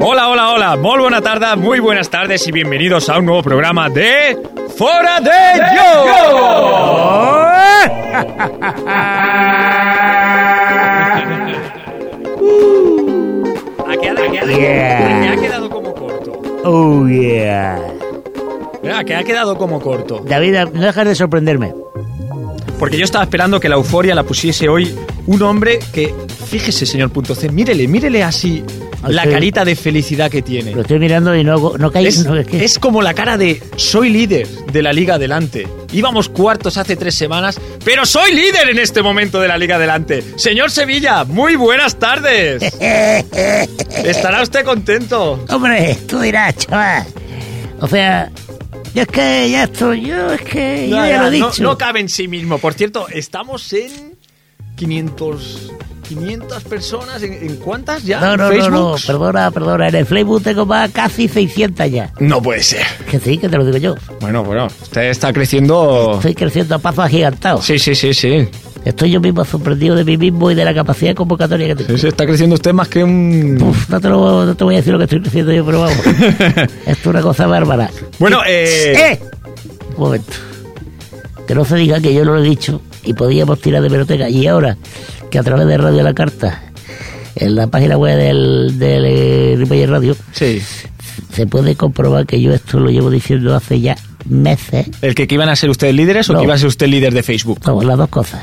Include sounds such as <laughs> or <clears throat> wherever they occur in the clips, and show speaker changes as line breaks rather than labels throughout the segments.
Hola, hola, hola, muy buena tarda, muy buenas tardes y bienvenidos a un nuevo programa de Fora de Yo. Ha quedado, ha quedado-
Yeah.
me ha quedado como corto.
<laughs> Oh, yeah.
Mira, Ah, que ha quedado como corto.
David, no dejas de sorprenderme.
Porque yo estaba esperando que la euforia la pusiese hoy un hombre que, fíjese, señor Punto C, mírele, mírele así
Ah,
la
sí.
carita de felicidad que tiene.
Lo estoy mirando y no, no caí.
Es,
no, es que-
es como la cara de soy líder de la Liga Adelante. Íbamos cuartos hace tres semanas, pero soy líder en este momento de la Liga Adelante. Señor Sevilla, muy buenas
<laughs>
tardes. ¿Estará usted contento?
Hombre, tú dirás, chaval. O sea, yo es que ya estoy, yo es que yo ya, lo he
no,
dicho.
no cabe en sí mismo. Por cierto, estamos en 500, 500 personas. ¿En, en cuántas ya? ¿En
no, no, no,
Facebook?
no, perdona, perdona. En el Facebook tengo más casi 600 ya.
No puede ser.
Que sí, que te lo digo yo.
Bueno, bueno, usted está creciendo.
Estoy creciendo a pasos agigantados.
Sí, sí, sí, sí.
Estoy yo mismo sorprendido de mí mismo y de la capacidad convocatoria que tengo.
Sí, sí, está creciendo usted más que un.
Uf, no, te lo- no te voy a decir lo que estoy creciendo yo,
<laughs>
pero vamos. Esto es una cosa bárbara.
Bueno, eh,
¡Eh! Un momento. Que no se diga que yo no lo he dicho y podíamos tirar de biblioteca. Y ahora, que a través de Radio La Carta, en la página web del, del eh, Ripollet Radio,
Sí.
se puede comprobar que yo esto lo llevo diciendo hace ya meses.
¿El que, que iban a ser ustedes líderes o
No.
que iba a ser usted líder de Facebook?
No, las dos cosas.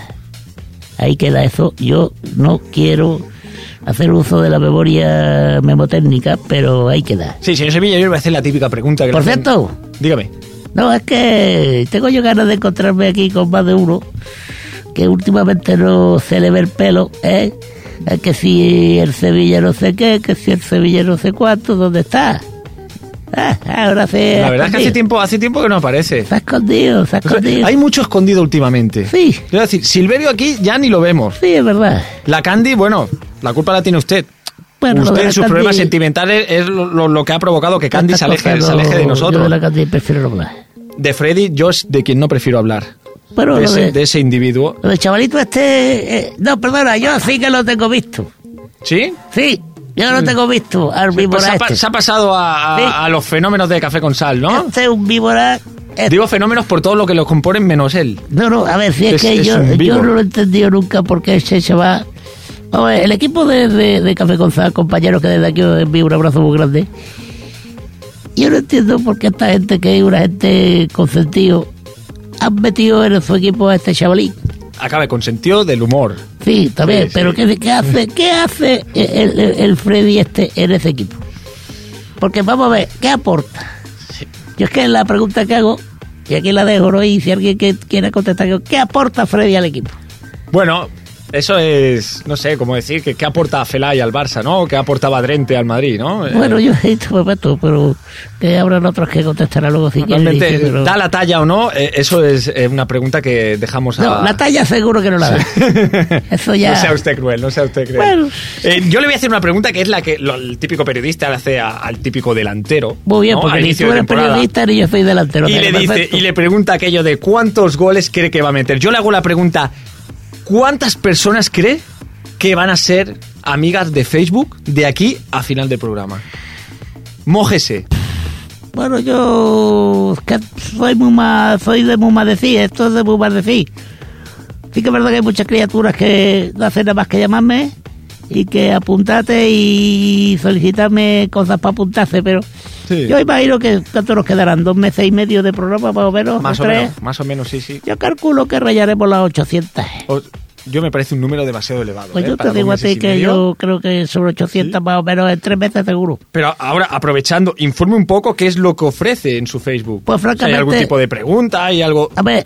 Ahí queda eso. Yo no quiero hacer uso de la memoria memotécnica, pero ahí queda.
Sí, señor Sevilla, yo le voy a hacer la típica pregunta que
Por
le hacen-
cierto,
Dígame.
No, es que tengo yo ganas de encontrarme aquí con más de uno que últimamente no se le ve el pelo, ¿eh? Es que si el Sevilla no sé qué, que si el Sevilla no sé cuánto, ¿dónde está? Ah, ahora se. ha
La verdad es que hace
escondido.
tiempo, hace tiempo que no aparece.
Se ha escondido, se ha
O sea,
escondido.
Hay mucho escondido últimamente.
Sí.
Quiero decir, Silverio aquí ya ni lo vemos.
Sí, es verdad.
La Candy, bueno, la culpa la tiene usted.
Bueno, lo de
usted
la
en sus
Candy-
problemas sentimentales es lo, lo- lo que ha provocado que Candy
Estas
se aleje,
cosas
se
no-
aleje de
Yo
nosotros.
de la
De,
Candy prefiero no hablar.
Freddy, yo es de quien no prefiero hablar.
Pero
de,
lo
ese,
de,
de ese individuo.
lo del chavalito este. eh, no, perdona, yo sí que lo tengo visto.
¿Sí?
Sí, yo lo tengo visto al
Mm. Pues se,
víbora
ha, pa-
este.
se ha pasado a, a-
Sí.
a los fenómenos de Café con Sal, ¿no?
Este es un víbora. <laughs> este
Digo fenómenos por todo lo que los componen menos él.
No, no, a ver, si es,
Es-
que
es
yo,
un
yo
víbora.
no lo he entendido nunca porque ese se va... A ver, el equipo de, de, de Café González, compañeros que desde aquí os envío un abrazo muy grande. Yo no entiendo por qué esta gente, que es una gente consentido, han metido en su equipo a este chavalín.
Acabe con sentido del humor.
Sí, también,
Sí, sí.
pero ¿qué,
<laughs>
qué hace, qué hace el, el- el Freddy este en ese equipo? Porque vamos a ver, ¿qué aporta? Yo es que la pregunta que hago, y aquí la dejo, ¿no? Y si alguien que quiera contestar, digo, ¿qué aporta Freddy al equipo?
Bueno, eso es, no sé, cómo decir, que qué aporta a Felay al Barça, ¿no? ¿Qué aporta Badrente al Madrid, ¿no? Eh,
Bueno, yo he dicho momento, pero que habrán otros que contestarán luego si quieren. y
Realmente,
sí, pero-
¿da la talla o no? Eh, Eso es eh, una pregunta que dejamos a...
No, la talla seguro que no la da. Eso ya...
<laughs> No sea usted cruel, no sea usted cruel.
Bueno.
Eh, yo le voy a hacer una pregunta que es la que lo- el típico periodista le hace a- al típico delantero.
Muy bien,
¿no?
porque
Al
ni
inicio
tú
de
eres
temporada.
periodista ni yo soy delantero.
Y
me
le,
da
dice,
perfecto.
y le pregunta aquello de cuántos goles cree que va a meter. Yo le hago la pregunta, ¿cuántas personas cree que van a ser amigas de Facebook de aquí a final del programa? Mójese.
Bueno, yo es que soy muy mal, soy de muy mal decir, esto es de muy mal decir. Sí que es verdad que hay muchas criaturas que no hacen nada más que llamarme y que apuntate y solicitarme cosas para apuntarse, pero
Sí.
yo imagino que cuánto nos quedarán, dos meses y medio de programa más o menos,
Más o
tres.
menos, más o menos, sí, sí.
Yo calculo que rayaremos las 800.
O- yo me parece un número demasiado elevado.
Pues
¿eh?
yo
Para
te
dos
digo a
meses
ti
y
que
medio.
yo creo que sobre 800 más o menos en tres meses seguro.
Pero ahora, aprovechando, informe un poco qué es lo que ofrece en su Facebook.
Pues,
O sea,
francamente-
¿Hay algún tipo de pregunta? ¿Hay algo...?
A ver,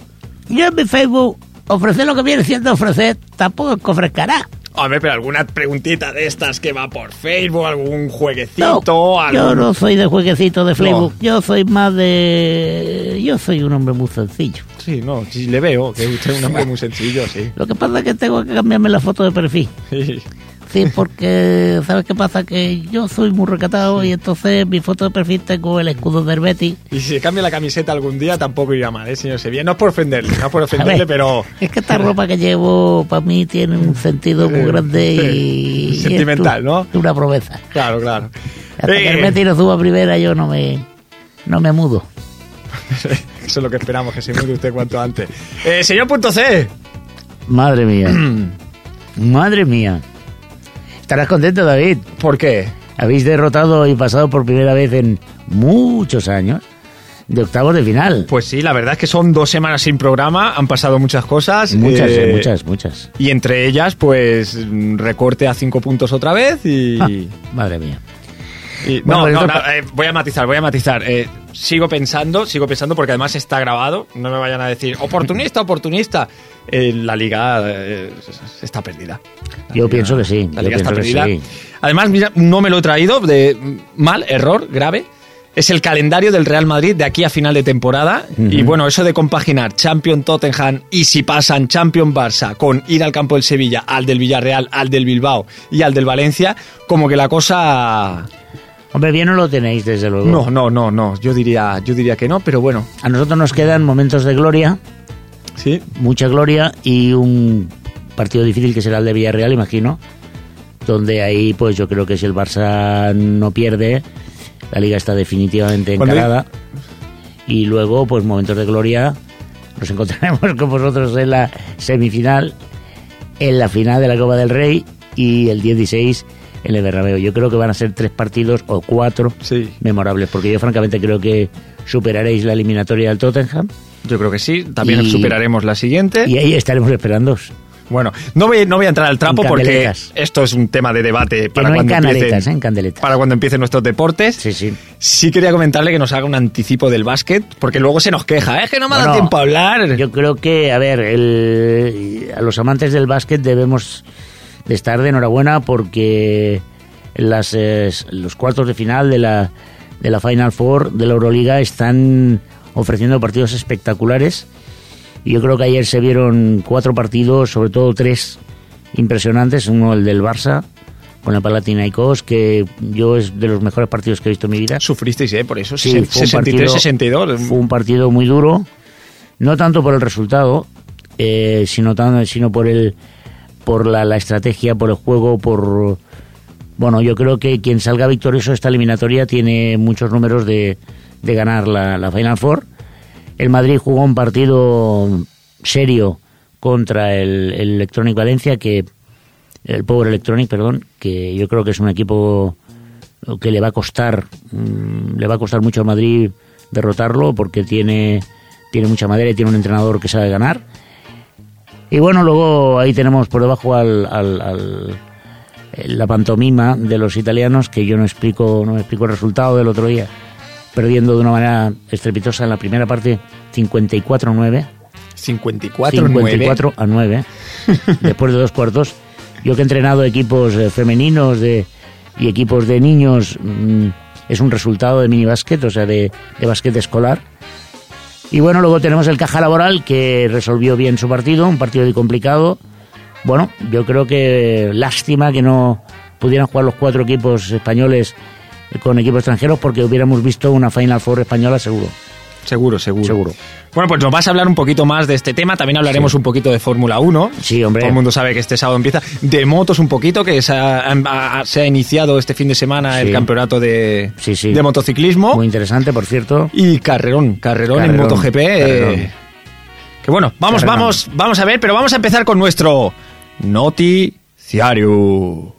yo en mi Facebook ofrecer lo que viene siendo ofrecer, tampoco es que ofrezcará.
A ver, pero alguna preguntita de estas que va por Facebook, algún
No,
jueguecito,
yo
algún-
no soy de jueguecito de Facebook. Yo soy más de... Yo soy un hombre muy sencillo.
Sí, no, sí, le veo que usted es un hombre muy sencillo, sí.
Lo que pasa es que tengo que cambiarme la foto de perfil. <laughs>
<laughs>
Sí, porque ¿sabes qué pasa? Que yo soy muy recatado y entonces mi foto de perfil tengo el escudo del Betis.
Y si se cambia la camiseta algún día tampoco irá mal, ¿eh, señor Sevilla? No es por ofenderle, no es por
A
ofenderle,
ver,
pero...
Es que esta ropa que llevo para mí tiene un sentido muy grande y...
Sí, sentimental,
y es
¿no?
Es una promesa.
Claro, claro.
Hasta que el
Eh,
Betis no suba a primera yo no me, no me mudo.
Eso es lo que esperamos, que se mude usted cuanto antes. Eh, señor punto C.
Madre
<clears throat>
mía. Madre mía. Estarás contento, David.
¿Por qué?
Habéis derrotado y pasado por primera vez en muchos años de octavos de final.
Pues sí, la verdad es que son dos semanas sin programa, han pasado muchas cosas.
Muchas,
eh,
eh, muchas, muchas.
Y entre ellas, pues mm, recorte a cinco puntos otra vez y...
Ah. Madre mía.
y-
Bueno,
no, no,
pues
no,
esto-
eh, voy a matizar, voy a matizar. Eh, sigo pensando, sigo pensando porque además está grabado, no me vayan a decir oportunista, oportunista. Eh, la liga eh, está perdida. La
Yo
liga-
pienso que sí,
La
yo
liga está
pienso que
perdida.
sí.
Además, mira, no me lo he traído de mal, error grave. Es el calendario del Real Madrid de aquí a final de temporada. Y bueno, eso de compaginar Champion Tottenham y si pasan Champion Barça con ir al campo del Sevilla, al del Villarreal, al del Bilbao y al del Valencia, como que la cosa.
Hombre, bien no lo tenéis, desde luego.
No, no, no, no. Yo diría, yo diría que no, pero bueno.
A nosotros nos quedan momentos de gloria,
Sí.
mucha gloria y un partido difícil que será el de Villarreal, imagino. Donde ahí, pues yo creo que si el Barça no pierde, la liga está definitivamente
Cuando-
encarada. Y luego, pues momentos de gloria, nos encontraremos <laughs> con vosotros en la semifinal, en la final de la Copa del Rey y el 16 en el Bernabéu. Yo creo que van a ser tres partidos o cuatro
Sí.
memorables, porque yo francamente creo que superaréis la eliminatoria del Tottenham
Yo creo que sí. También
Y-
superaremos la siguiente.
y ahí estaremos esperando.
Bueno, no voy, no voy a entrar al trapo porque
candeletas.
esto es un tema de debate
Que
para
no en
cuando
canaletas,
empiecen-
¿eh? en candeletas.
para cuando empiecen nuestros deportes.
Sí, sí.
Sí quería comentarle que nos haga un anticipo del básquet, porque luego se nos queja, ¿eh? es que no me ha dado
Bueno,
tiempo a hablar.
Yo creo que, a ver, el- a los amantes del básquet debemos de estar de enhorabuena porque las, eh, los cuartos de final de la, de la Final Four de la Euroliga están ofreciendo partidos espectaculares. Y Yo creo que ayer se vieron cuatro partidos, sobre todo tres impresionantes. Uno, el del Barça, con la Palatinαϊκos, que yo es de los mejores partidos que he visto en mi vida.
Sufristeis, ¿eh? Por eso,
Sí,
se-
fue un
63-62.
Fue un partido muy duro, no tanto por el resultado, eh, sino, tan- sino por el por la, la estrategia, por el juego, por... Bueno, yo creo que quien salga victorioso de esta eliminatoria tiene muchos números de, de ganar la, la Final Four. El Madrid jugó un partido serio contra el, el Electronic Valencia, que el Power Electronic, perdón, que yo creo que es un equipo que le va a costar, mm, le va a costar mucho al Madrid derrotarlo porque tiene, tiene mucha madera y tiene un entrenador que sabe ganar. Y bueno, luego ahí tenemos por debajo al, al- al- eh, la pantomima de los italianos que yo no explico, no me explico el resultado del otro día, perdiendo de una manera estrepitosa en la primera parte 54-9.
54-9.
54 a 9 <laughs> después de dos cuartos. Yo que he entrenado equipos eh, femeninos de, y equipos de niños, mm, es un resultado de mini básquet, o sea, de, de básquet escolar. Y bueno, luego tenemos el Caja Laboral que resolvió bien su partido, un partido muy complicado. Bueno, yo creo que eh, lástima que no pudieran jugar los cuatro equipos españoles con equipos extranjeros porque hubiéramos visto una Final Four española seguro.
Seguro, seguro.
Seguro.
Bueno, pues nos vas a hablar un poquito más de este tema. También hablaremos un poquito de Fórmula 1.
Sí, hombre.
Todo el mundo sabe que este sábado empieza. De motos un poquito, que se ha, ha- se ha iniciado este fin de semana el
Sí.
campeonato de,
Sí, sí.
de motociclismo.
Muy interesante, por cierto.
Oh. Y carrerón, carrerón, en
Carrerón,
MotoGP. eh,
carrerón.
que bueno, vamos,
Carrerón.
vamos, vamos a ver, pero vamos a empezar con nuestro noticiario.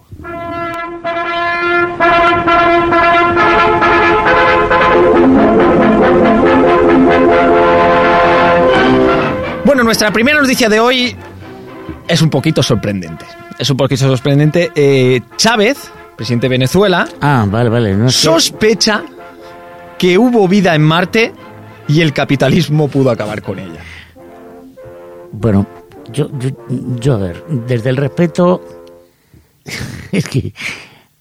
Bueno, nuestra primera noticia de hoy es un poquito sorprendente. Es un poquito sorprendente. Eh, Chávez, presidente de Venezuela,
Ah, vale, vale. No sé.
sospecha que hubo vida en Marte y el capitalismo pudo acabar con ella.
Bueno, yo, yo, yo, a ver, desde el respeto, <laughs> es que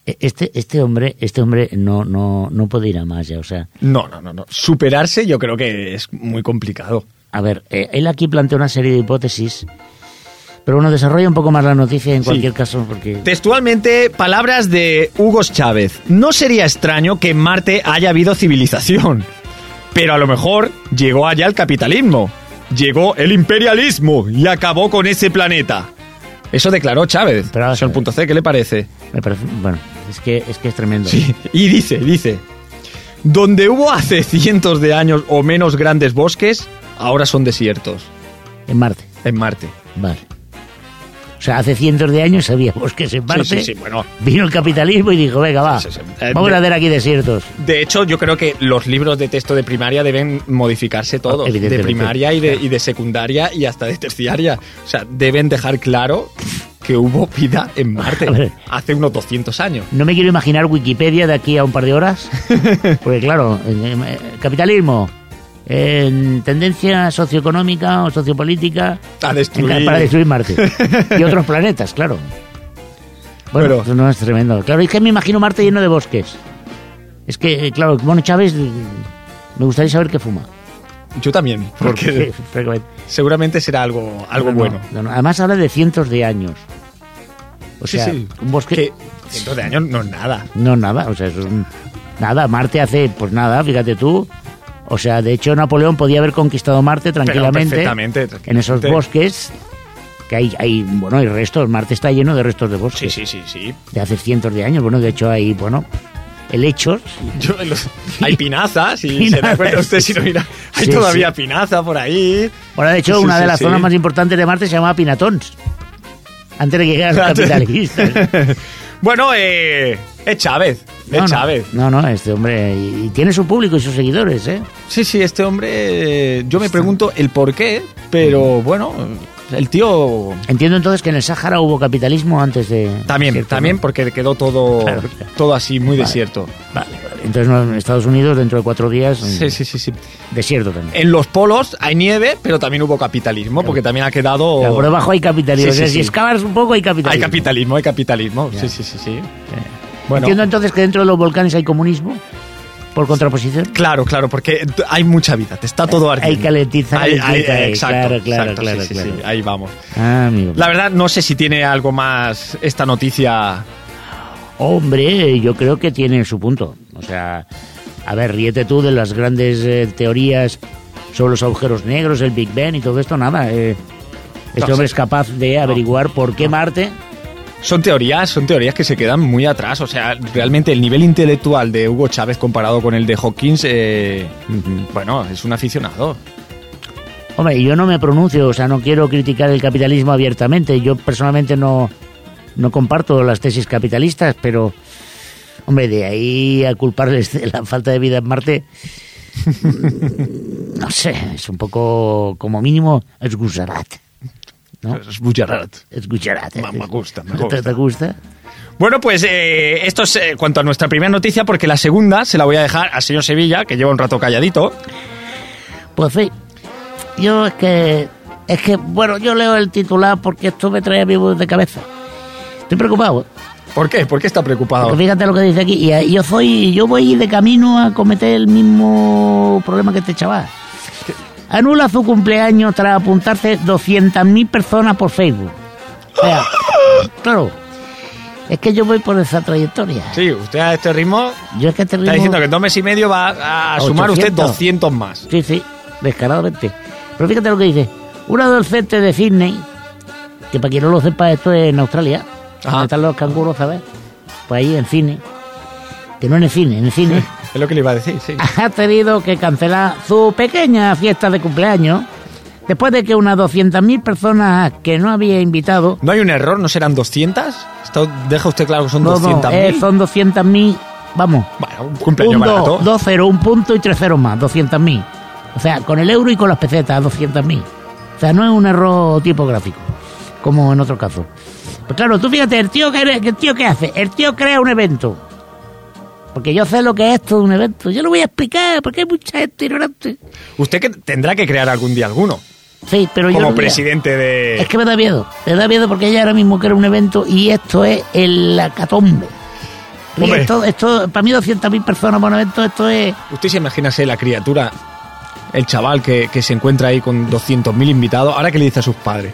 este, este hombre, este hombre no, no, no puede ir a más ya, o sea,
No, no, no, no. Superarse yo creo que es muy complicado.
a ver, eh, él aquí plantea una serie de hipótesis, Pero bueno, desarrolla un poco más la noticia en cualquier caso, porque...
Textualmente, palabras de Hugos Chávez. No sería extraño que en Marte haya habido civilización, pero a lo mejor llegó allá el capitalismo, llegó el imperialismo y acabó con ese planeta. Eso declaró Chávez.
Pero vamos a
Señor
ver.
punto C, ¿qué le parece?
Me parece- bueno, es que es, que es tremendo.
Sí, y dice, dice, donde hubo hace cientos de años o menos grandes bosques, ahora son desiertos,
En Marte.
en Marte.
Vale. O sea, hace cientos de años había bosques en Marte.
Sí, sí, sí, bueno.
Vino el capitalismo y dijo, venga, va,
Sí, sí, sí. Eh,
vamos
de-
a hacer aquí desiertos.
De hecho, yo creo que los libros de texto de primaria deben modificarse todos, de
Evidentemente.
primaria y de, y de secundaria y hasta de terciaria. O sea, deben dejar claro que hubo vida en
A ver.
Marte hace unos 200 años.
No me quiero imaginar Wikipedia de aquí a un par
<laughs>
de horas. Porque claro, en- en- eh, capitalismo, en tendencia socioeconómica o sociopolítica
A
en-
destruir.
para
<laughs>
destruir Marte. y otros planetas, claro. Bueno,
Pero-
eso no es tremendo. Claro, es que me imagino Marte lleno de bosques. Es que, eh, claro, Mono Chávez, mm, me gustaría saber
<laughs>
qué fuma.
Yo también, porque
<laughs> Frecuente.
seguramente será algo, algo
No, no,
bueno.
no, no. Además habla de cientos de años. O
Sí,
sea,
sí.
un bosque...
Que cientos de años no es nada.
No, nada, o sea, es un- nada, Marte hace, pues nada, fíjate tú. O sea, de hecho Napoleón podía haber conquistado Marte tranquilamente
perfectamente,
en esos
tranquilamente.
bosques que hay, hay, bueno, hay restos, Marte está lleno de restos de
Sí,
bosques
sí, sí, sí.
de hace cientos de años, bueno, de hecho hay, bueno, helechos,
Yo- los-
<laughs>
hay pinazas, y se da
Pinazas,
cuenta usted si no mira. Hay
Sí,
todavía pinaza por ahí.
bueno, de hecho
Sí, sí,
una de
sí,
las
sí.
zonas más importantes de Marte se llamaba Pinatons, antes de que
<laughs>
llegaran los capitalistas.
bueno, eh, es Chávez. Es
No, no,
Chávez.
No, no, este hombre, y y tiene su público y sus seguidores, ¿eh?
Sí, sí, este hombre, eh, yo me pregunto el por qué, pero bueno, el tío...
Entiendo entonces que en el Sáhara hubo capitalismo antes de...
También,
¿cierto?
también porque quedó todo,
Claro.
todo así, muy
Vale.
desierto.
Vale, vale. Entonces no, en Estados Unidos dentro de cuatro días...
Sí, sí, sí, sí.
Desierto también.
En los polos hay nieve, pero también hubo capitalismo, porque también ha quedado...
Claro, por debajo hay capitalismo.
Oh. Sí,
O sea,
sí,
Si
sí.
excavas un poco hay capitalismo.
Hay capitalismo, hay capitalismo.
Ya.
Sí, sí, sí, sí. Bueno,
Entiendo entonces que dentro de los volcanes hay comunismo, por contraposición.
claro, claro, porque t- hay mucha vida, te está todo ardiendo.
Hay calentita,
Hay- hay-
calentita, hay,
exacto,
claro, claro,
exacto,
claro,
sí, sí,
claro.
sí, ahí vamos.
Ah, amigo.
La verdad, no sé si tiene algo más esta noticia
Hombre, yo creo que tiene su punto. O sea, a ver, ríete tú de las grandes eh, teorías sobre los agujeros negros, el Big Bang y todo esto, nada. eh, este
No,
hombre
sí.
es capaz de averiguar por qué Marte...
Son teorías, son teorías que se quedan muy atrás. O sea, realmente el nivel intelectual de Hugo Chávez comparado con el de Hawkins, eh, bueno, es un aficionado.
Hombre, yo no me pronuncio, o sea, no quiero criticar el capitalismo abiertamente. Yo personalmente no, no comparto las tesis capitalistas, pero, hombre, de ahí a culparles de la falta de vida en Marte, mm, no sé, es un poco, como mínimo, es Gujarat. ¿no?
Es Gujarat.
Es Gujarat. eh.
Me- me gusta, me
¿Te-
gusta.
¿Te gusta?
Bueno, pues eh, esto es eh, cuanto a nuestra primera noticia, porque la segunda se la voy a dejar al señor Sevilla, que lleva un rato calladito.
Pues sí, yo es que, es que, bueno, yo leo el titular porque esto me trae vivo de cabeza. Estoy preocupado, ¿eh?
¿Por qué? ¿Por qué está preocupado?
Porque fíjate lo que dice aquí. Y, eh, yo soy, yo voy de camino a cometer el mismo problema que este chaval. Anula su cumpleaños tras apuntarse 200.000 personas por Facebook.
<laughs>
O sea, claro, es que yo voy por esa trayectoria.
Sí, usted a este ritmo
Yo es que te
está diciendo que en dos meses y medio va a, a sumar usted
800.
200 más.
Sí, sí, descaradamente. Pero fíjate lo que dice. Un adolescente de Sydney, que para quien no lo sepa, esto es en Australia,
Ajá.
donde están los canguros, ¿sabes? Pues ahí en Sydney. Que no en el cine, en el cine.
Es lo que le iba a decir, sí.
<laughs> ha tenido que cancelar su pequeña fiesta de cumpleaños después de que unas 200.000 personas que no había invitado,
¿No hay un error? ¿No serán 200? Esto deja usted claro que son
no, no,
200.000.
eh, son 200.000, vamos,
Bueno, un
un
cumpleaños barato.
do- dos cero, un punto y tres ceros más, 200.000. O sea, con el euro y con las pesetas, 200.000. O sea, no es un error tipográfico, como en otro caso. Pero claro, tú fíjate, el tío, que, el tío que hace, el tío crea un evento. Porque yo sé lo que es esto de un evento. Yo lo voy a explicar, porque hay mucha gente ignorante.
Usted que tendrá que crear algún día alguno.
Sí, pero yo
como
no voy a-
presidente de.
Es que me da miedo, me da miedo porque ella ahora mismo quiere un evento y esto es el catombe.
Hombre.
Esto, esto, para mí 200.000 personas por un evento, esto es...
Usted se imagínase la criatura, el chaval que, que se encuentra ahí con 200.000 invitados. Ahora que le dice a sus padres.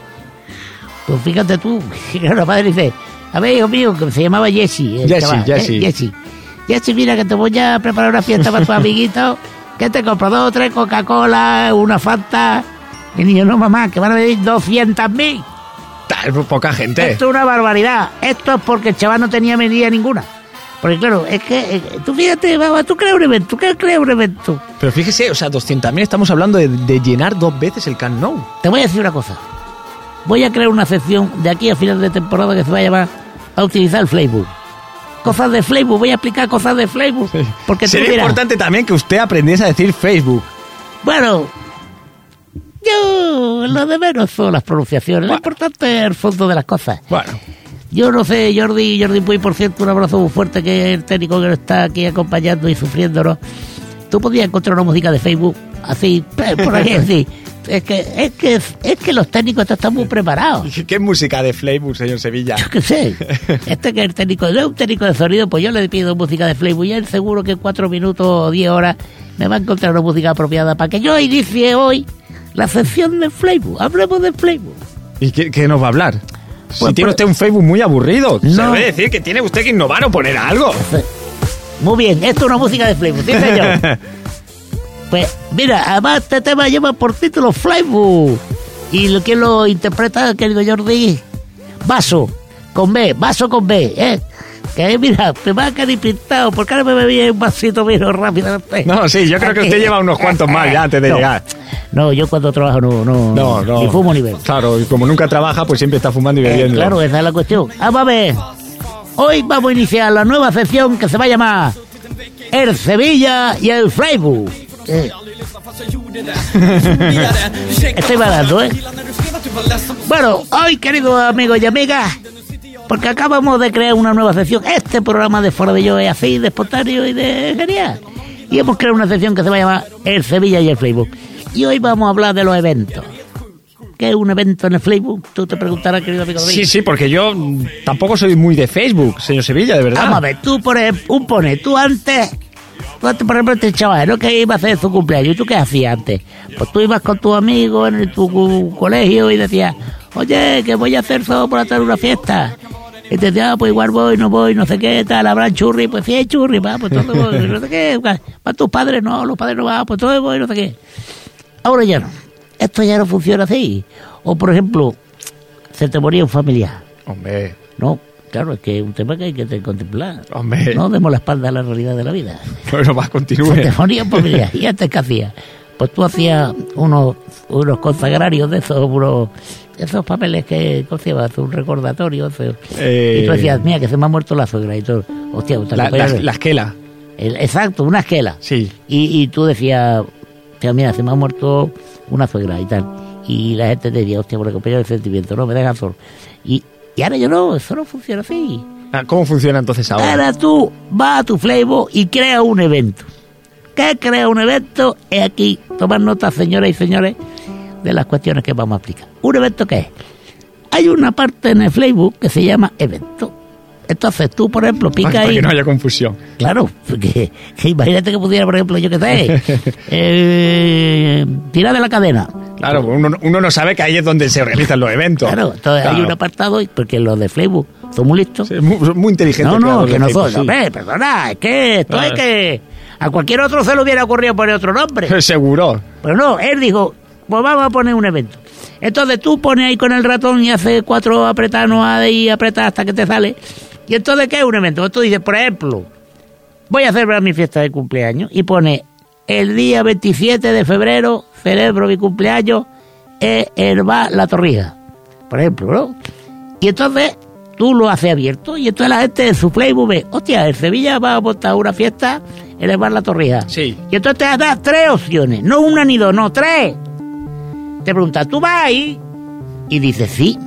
Pues fíjate tú, <laughs> los padres dice, a ver, hijo mío, que se llamaba Jesse. el
Jesse,
chaval, ¿eh?
Jesse.
Jesse. Jesse, mira que te voy a preparar una
<laughs>
fiesta para tus amiguitos, que te compro dos, tres Coca-Cola, una Fanta. Y el niño, no mamá, que van a venir 200 mil.
Tal, pues, poca gente.
Esto es una barbaridad. Esto es porque el chaval no tenía medida ninguna. Porque claro, es que, eh, tú fíjate, baba, tú creas un evento, tú creas un evento.
Pero fíjese, o sea, 200.000 estamos hablando de, de llenar dos veces el Camp Nou.
Te voy a decir una cosa. Voy a crear una sección de aquí a final de temporada que se va a llamar a utilizar el Facebook. Cosas de Facebook, voy a explicar cosas de Facebook. Porque tú
Sería
dirás,
importante también que usted aprendiese a decir Facebook.
Bueno, yo lo de menos son las pronunciaciones. Lo
Bueno.
importante es el fondo de las cosas.
Bueno,
Yo no sé, Jordi, Jordi Puy, por cierto, un abrazo muy fuerte que es el técnico que nos está aquí acompañando y sufriéndonos. Tú podías encontrar una música de Facebook así, pe- por ahí así. Es que, es que, es que los técnicos estos están muy preparados.
<laughs> ¿qué música de Flavor, señor Sevilla?
Yo qué sé. Este que es el técnico, no es un técnico de sonido, pues yo le pido música de Facebook y él seguro que en cuatro minutos o diez horas me va a encontrar una música apropiada para que yo inicie hoy la sección de Facebook. Hablemos de Facebook.
¿Y qué, qué nos va a hablar? si
Pues,
tiene
pues-
usted un Facebook muy aburrido, se
No.
debe decir que tiene usted que innovar o poner algo.
Muy bien, esto es una música de Facebook, sí señor.
<laughs>
Pues mira, además este tema lleva por título Flybook. Y lo que lo interpreta, querido Jordi, vaso, con B, vaso con B, ¿eh? Que mira, me va a quedar pintado, porque ahora me bebí un vasito vino rápido.
No, sí, yo creo que usted lleva unos cuantos más ya antes de
<laughs> No.
llegar.
No, yo cuando trabajo no, no,
No, no.
ni fumo ni bebo.
Claro, y como nunca trabaja, pues siempre está fumando y
Eh,
bebiendo.
claro, esa es la cuestión. Ah, va a ver. Hoy vamos a iniciar la nueva sección que se va a llamar El Sevilla y el Freiburg. <laughs> Eh,
Estoy
balando, ¿eh? Bueno, hoy, queridos amigos y amigas, porque acabamos de crear una nueva sección. Este programa de Fuera de Yo es así, de espontáneo y de genial. Y hemos creado una sección que se va a llamar El Sevilla y el Facebook. Y hoy vamos a hablar de los eventos. ¿Qué es un evento en el Facebook? Tú te preguntarás, querido amigo. David.
Sí, sí, porque yo mm, tampoco soy muy de Facebook, señor Sevilla, de verdad.
Vamos a ver, tú por ejemplo, un pone, tú antes, tú antes, por ejemplo, este chaval, ¿no? Que iba a hacer su cumpleaños, ¿y tú qué hacías antes? Pues tú ibas con tus amigos en tu cu- colegio y decías, oye, que voy a hacer sábado por hacer una fiesta. Y te decía, ah, pues igual voy, no voy, no sé qué, tal, habrán churri, pues sí hay churri, va, pues todo voy, no sé qué, va, van tus padres, no, los padres no van, pues todo voy, no sé qué. Ahora ya no, esto ya no funciona así. O por ejemplo, se te moría un familiar.
Hombre,
No, claro, es que es un tema que hay que te- contemplar.
Hombre.
No demos la espalda a la realidad de
<laughs>
la vida.
bueno, va,
Se te
continúe.
ponía un familiar. ¿Y antes qué hacías? Pues tú hacías unos, unos consagrarios de esos, unos, esos papeles que cogías, un recordatorio. eso.
Eh.
Y tú decías, mira, que se me ha muerto la suegra. Y tú, hostia, te
La, la,
acompañas-
la esquela,
el- exacto, una esquela.
sí.
Y, y tú decías, hostia, mira, se me ha muerto una suegra y tal. Y la gente te decía, hostia, por acompañar el sentimiento, no me dejas solo. Y, y ahora yo no, eso no funciona así.
Ah, ¿Cómo funciona entonces ahora?
Ahora tú vas a tu Flavor y crea un evento. ¿Qué crea un evento? Es aquí, tomar nota, señoras y señores, de las cuestiones que vamos a aplicar. ¿Un evento qué es? Hay una parte en el Flavor que se llama evento. Entonces tú, por ejemplo,
Para-
pica
para
ahí.
que no haya confusión.
Claro, porque <laughs> que imagínate que pudiera, por ejemplo, yo qué
<laughs>
sé, eh, tirar de la cadena.
Claro, uno, uno no sabe que ahí es donde se realizan los eventos.
Claro, entonces hay
Claro.
un apartado, y- porque los de Flavor son muy listos.
Sí, muy, muy inteligente.
No, no,
creador
que
de
no
Facebook,
soy.
sí.
Hombre, perdona, es que esto
Ah.
es que. A cualquier otro se le hubiera ocurrido poner
<laughs>
otro
<laughs>
nombre.
Seguro.
Pero no, él dijo, pues vamos a poner un evento. Entonces tú pones ahí con el ratón y haces cuatro apretanos ahí, apretas hasta que te sale. ¿Y entonces qué es un evento? Tú dices, por ejemplo, voy a celebrar mi fiesta de cumpleaños y pone el día 27 de febrero celebro mi cumpleaños en el bar La Torrija, por ejemplo, ¿no? Y entonces tú lo haces abierto y entonces la gente en su playbook ve, hostia, el Sevilla va a montar una fiesta en el bar La Torrija.
Sí.
Y entonces te da tres opciones, no una ni dos, no tres. Te pregunta, ¿tú vas ahí? Y dices, sí,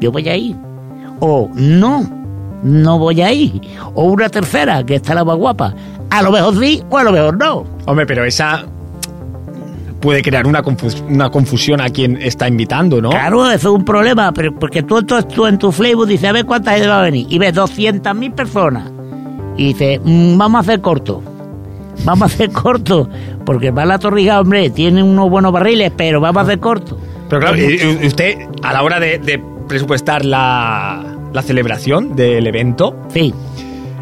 yo voy a ir. O no, no voy a ir. O una tercera, que está la más guapa. A lo mejor sí o a lo mejor no.
Hombre, pero esa puede crear una, confus- una confusión a quien está invitando, ¿no?
Claro, eso es un problema, pero porque tú, tú- tú en tu Facebook dices, a ver cuánta gente va a venir. Y ves 200.000 personas. Y dices, "Mm, vamos a hacer corto. Vamos a hacer corto. Porque el Bar la Torrija, hombre, tiene unos buenos barriles, pero vamos a hacer corto.
Pero claro, y- y usted a la hora de, de presupuestar la, la celebración del evento,
Sí.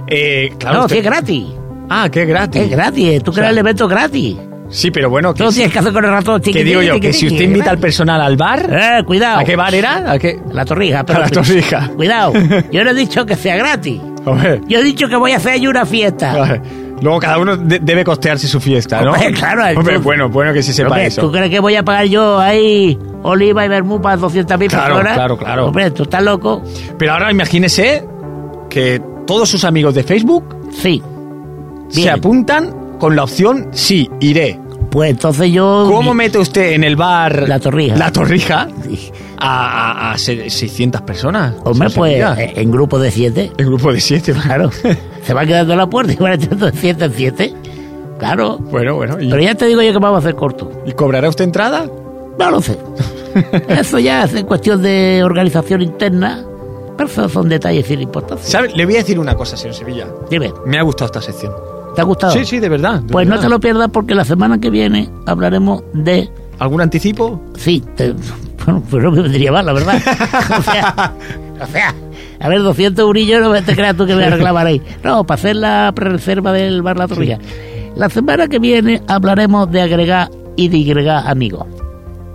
eh, claro.
no,
usted-
sí es gratis.
Ah, que es gratis.
Es gratis. Tú
sea,
creas el evento gratis.
Sí, pero bueno, que,
Tú tienes que hacer con el ratón.
que
tiqui,
digo
tiqui,
yo,
tiqui,
que si
tiqui,
usted invita al
gratis.
personal al bar,
Eh, cuidado.
¿a qué bar era? ¿A qué?
La torrija.
A la
pero-
torrija. <laughs>
Cuidado. Yo no he dicho que sea gratis.
Hombre,
Yo he dicho que voy a hacer allí una fiesta.
hombre, <laughs> Luego cada uno de- debe costearse su fiesta, ¿no?
Hombre, claro,
Hombre,
entonces-
bueno, bueno que se
¿Pero
sepa
qué?
eso.
¿Tú crees que voy a pagar yo ahí oliva y vermú para 200.000
Claro,
personas?
claro, claro.
Hombre, ¿tú estás loco?
Pero ahora imagínese que todos sus amigos de Facebook
Sí.
se
Bien.
apuntan con la opción sí, iré.
Pues entonces yo...
¿Cómo mete usted en el bar
La Torrija.
La Torrija
Sí.
a, a- a se- 600 personas?
Hombre,
¿Se
pues
sabía?
eh, en grupo
<laughs>
de siete,
El grupo de siete.
claro. Se va quedando la puerta y van entrando de siete en siete. Claro.
Bueno, bueno. ¿Y,
Pero ya te digo yo que vamos a hacer corto.
y cobrará usted entrada?
No
<laughs>
lo sé. Eso ya es cuestión de organización interna. Pero esos son detalles sin importancia.
¿Sabe? Le voy a decir una cosa, señor Sevilla.
Dime,
Me ha gustado esta sección.
¿te ha gustado?
Sí, sí, de verdad. de
Pues no
verdad.
te lo pierdas porque la semana que viene hablaremos de...
¿Algún anticipo?
Sí, te- <laughs> bueno, pues no me vendría mal,
<laughs>
la verdad. o sea, o sea, a ver, 200 eurillos no me te creas tú que me reclamar ahí. No, para hacer la pre-reserva del bar La Torrilla. La semana que viene hablaremos de agregar y digregar amigos.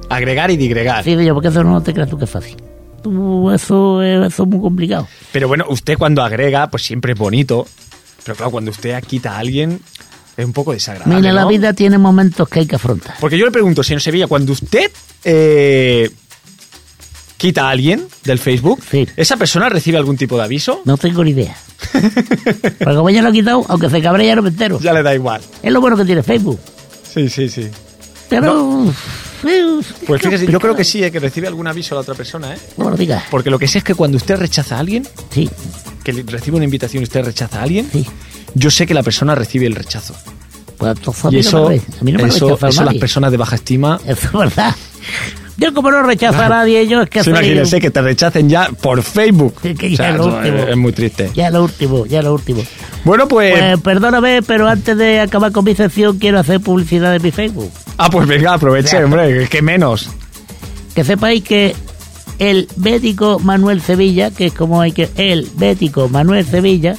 Agregar y digregar.
Así de yo, porque eso no te creas tú que es fácil. Tú, eso, es- eso es muy complicado.
Pero bueno, usted cuando agrega, pues siempre es bonito. Pero claro, cuando usted quita a alguien, es un poco desagradable.
Mira, la
¿Ah, ¿no?
vida tiene momentos que hay que afrontar.
Porque yo le pregunto, señor Sevilla, cuando usted eh, quita a alguien del Facebook,
Sí.
¿esa persona recibe algún tipo de aviso?
No tengo ni idea. Porque como ya lo he quitado, aunque se cabre ya no me entero.
Ya le da igual.
Es lo bueno que tiene Facebook.
Sí, sí, sí.
Pero... eh,
Pues
qué
fíjese, yo creo
complicado.
que sí, eh, que recibe algún aviso a la otra persona, ¿eh?
No me lo digas.
Porque lo que sé es que cuando usted rechaza a alguien,
Sí,
que le- recibe una invitación y usted rechaza a alguien,
sí.
yo sé que la persona recibe el rechazo.
Pues entonces a
Y
mí no
eso,
me, re- a mí no me
eso,
rechaza
eso las
nadie.
personas de baja estima...
Eso es verdad. Yo como no rechazo a nadie, yo es que
Sí,
soy-
imagínese que te rechacen ya por Facebook.
Sí, que
O sea,
ya lo último.
es muy triste.
Ya lo último, ya lo último.
Bueno, pues...
Pues perdóname, pero antes de acabar con mi sección quiero hacer publicidad de mi Facebook.
Ah, pues venga, aproveche,
Ya.
hombre, que menos.
Que sepáis que el bético Manuel Sevilla, que es como hay que... El bético Manuel Sevilla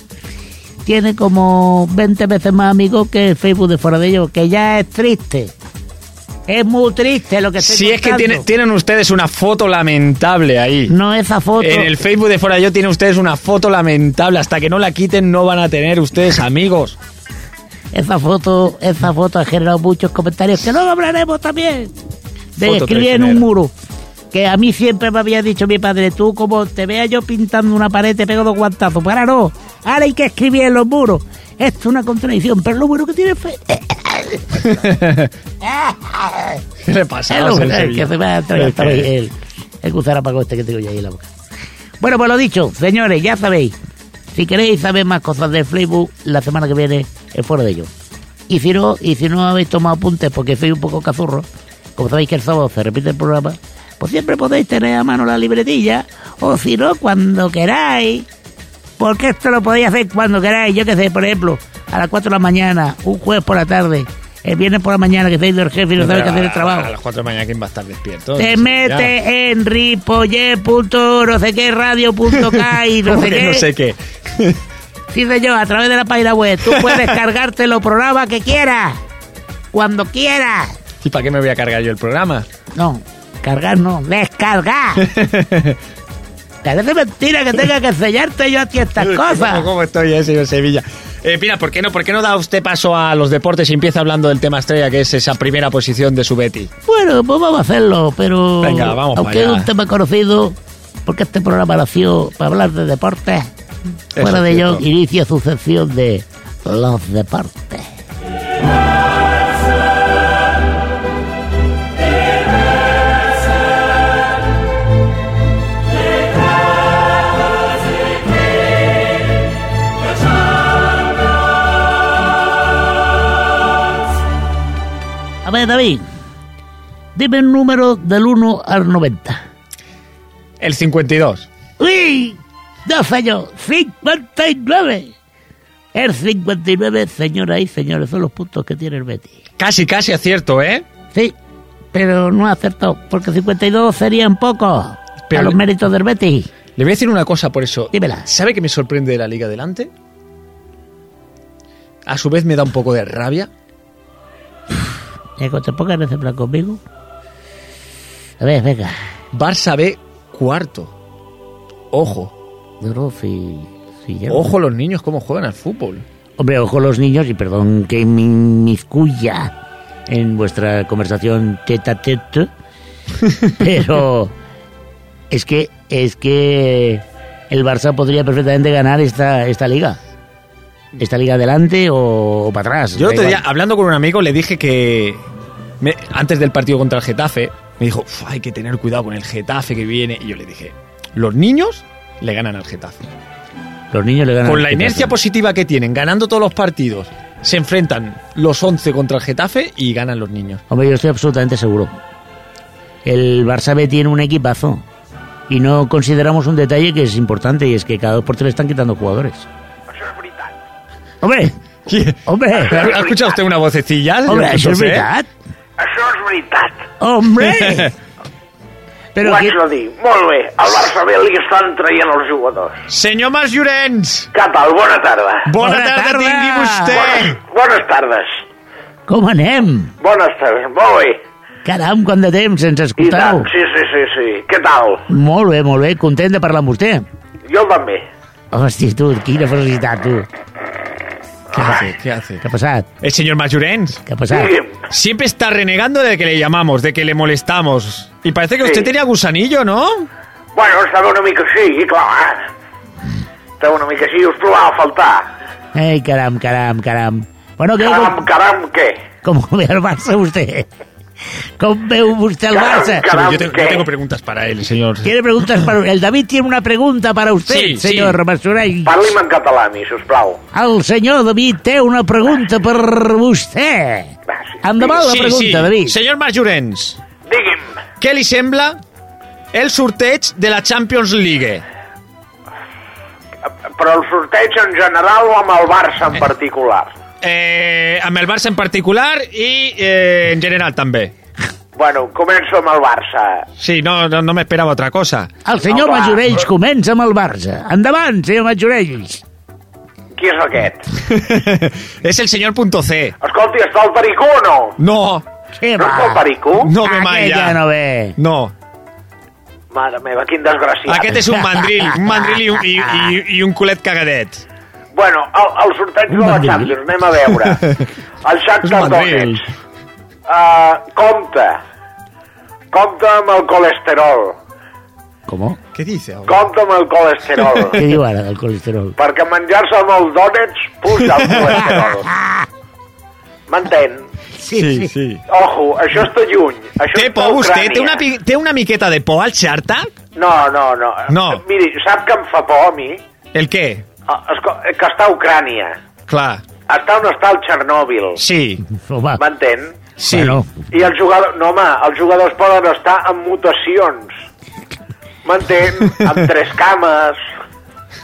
tiene como 20 veces más amigos que el Facebook de Fuera de Ellos, que ya es triste. Es muy triste lo que estoy
Si es que
contando.
tiene- tienen ustedes una foto lamentable ahí.
No esa foto.
En el Facebook de Fuera Yo tienen ustedes una foto lamentable. Hasta que no la quiten no van a tener ustedes
<laughs>
amigos.
Esa foto, esa foto ha generado muchos comentarios que luego hablaremos también. De
Foto
escribir en un
traicionera.
muro. Que a mí siempre me había dicho mi padre, tú como te vea yo pintando una pared te pego dos guantazos. Pero ahora no, ahora hay que escribir en los muros. Esto es una contradicción, pero lo bueno que tiene fe.
¿Qué le pasa? No
Claro,
sé,
el que
Sevilla.
se me ha atragantado
Es
el,
que-
el, gusarapaco este que tengo yo ahí en la boca. Bueno, pues lo dicho, señores, ya sabéis. Si queréis saber más cosas del Facebook, la semana que viene es fuera de ello. Y si no, y si no habéis tomado apuntes porque soy un poco cazurro, como sabéis que el sábado se repite el programa, pues siempre podéis tener a mano la libretilla, o si no, cuando queráis, porque esto lo podéis hacer cuando queráis, yo que sé, por ejemplo, a las 4 de la mañana, un jueves por la tarde, el viernes por la mañana que estáis del jefe y no sabéis qué hacer el trabajo.
A las 4 de la mañana, ¿quién va a estar despierto?
Te
Sevilla.
mete en ripolle.org, no sé qué radio.k
<laughs>
y eh, no
¿Cómo
sé
que
qué.
no sé qué.
Sí, señor, a través de la página web. Tú
<laughs>
puedes cargarte los programas que quieras. Cuando quieras.
¿Y para qué me voy a cargar yo el programa?
No, cargar no, descargar.
<laughs>
Parece mentira que tenga que enseñarte yo a ti estas
¿Cómo,
cosas.
cómo estoy, eh, señor Sevilla? Eh, mira, ¿por qué, no, ¿por qué no da usted paso a los deportes y empieza hablando del tema estrella, que es esa primera posición de su Betty?
Bueno, pues vamos a hacerlo, pero.
Venga, vamos
Aunque
para allá.
es un tema conocido, porque este programa nació para hablar de deportes.
Eso
Fuera
es
de ello,
cierto.
inicia su sección de los deportes. A ver, David, dime el número del 1 al 90.
El 52.
¡Uy! No, señor, 59. El 59, señoras y señores, son los puntos que tiene el Betis.
Casi, casi acierto, ¿eh?
Sí, pero no acertó, porque 52 serían pocos
Pero-
a los méritos del Betis.
Le voy a decir una cosa por eso.
Dímela.
¿Sabe que me sorprende de la Liga Delante? A su vez me da un poco de rabia.
¿Y cuando te pongas en ese plan conmigo? A ver, venga.
Barça B cuarto. Ojo.
No, no, si, si ya-
Ojo los niños cómo juegan al fútbol.
Hombre, ojo los niños y perdón que me inmiscuya en vuestra conversación tete
<laughs>
a tete, pero es que es que el Barça podría perfectamente ganar esta esta liga. Esta liga adelante o, o para atrás.
Yo
da
otro día,
igual.
hablando con un amigo, le dije que me- antes del partido contra el Getafe, me dijo, "Uf, hay que tener cuidado con el Getafe que viene. Y yo le dije, los niños le ganan al Getafe.
Los niños le ganan.
Con
al
la
Getafe.
inercia positiva que tienen, ganando todos los partidos, se enfrentan los 11 contra el Getafe y ganan los niños.
Hombre, yo estoy absolutamente seguro. El Barça B tiene un equipazo. Y no consideramos un detalle que es importante y es que cada dos por tres están quitando jugadores. <laughs> Hombre,
<laughs>
hombre,
¿Ha escuchado usted una vocecilla? señor
hombre, eso es
José?
verdad.
Això és veritat.
<laughs> Hombre.
Però
Pero
Ho
que-
haig de dir. Molt bé, al Barça bé li estan traient els jugadors.
Senyor Mas Llorenç,
Què tal? Bona tarda.
bona,
Bona
tarda,
tarda.
tingui vostè.
Bones, bones tardes.
com anem?
Bones tardes, molt bé.
Caram, quant de temps ens
I tant,
escoltau.
sí, sí, sí, sí. Què tal?
Molt bé, molt bé, content de parlar amb vostè.
Jo també.
Hòstia, tu, quina felicitat, tu.
¿Qué hace? ¿Qué hace?
Què ha passat?
El señor Mas Llorenç
Què ha passat?
Digui'm.
siempre está renegando de que le llamamos, de que le molestamos. Y parece que usted
Sí.
tenía gusanillo, ¿no?
Bueno, estava una mica així, i clar, eh? Estava una mica així i us trobava a faltar.
Ei, caram, caram, caram. Bueno, què,
Caram, caram, què?
Com <laughs> ve el Barça vostè? Com veu vostè el
Caram,
Barça?
caram. Ah,
Yo, tengo,
¿qué?
yo tengo preguntas para él, señor.
Tiene preguntas para... El David tiene una pregunta para usted,
Sí, sí.
señor Masurell.
Parli'm en català, mi, sisplau.
El senyor David té una pregunta per vostè.
Gràcies.
Endavant la
Sí,
pregunta,
sí.
David.
Señor Mas Llorenç,
Digui'm,
què li sembla el sorteig de la Champions League?
però el sorteig en general o amb el Barça en particular?
Eh, amb el Barça en particular i eh, en general també.
Bueno, començo amb el Barça.
Sí, no, no, no me esperaba otra cosa. <laughs>
El senyor
Home.
Majorells comença amb el Barça. Endavant, senyor Majorells.
Qui és aquest?
es el señor punto C.
Escolti, està el Pericú o no?
No,
Què va?
No està el Pericú?
no me
Aquella
malla.
no ve.
No,
Mare meva, quin desgraciat.
aquest és un mandril, un mandril i, un- i, i, i un culet cagadet.
Bueno, el, el sorteig de la
mandril.
Champions, anem a
<laughs>
veure. El
És
Shakhtar
un mandril.
Donetsk. Uh, compte. Compte amb el colesterol.
Com?
¿Qué dice ahora?
Compte amb el
<laughs>
colesterol.
Què diu ara del colesterol?
Perquè menjar-se amb el Donetsk puja
<laughs>
el colesterol. M'entén?
Sí, sí.
Ojo, això està lluny. Això
Té
està a
por vostè?
Ucrània.
Té una, pi- té una miqueta de por al xarta?
No, no, no.
No.
Miri, sap que em fa por a mi?
El què?
Ah, esco- Que està a Ucrània.
Clar,
Està on està el Txernòbil.
sí,
Home,
M'entén?
sí.
bueno,
I els jugadors... No, home, els jugadors poden estar en mutacions. M'entén? Amb tres cames.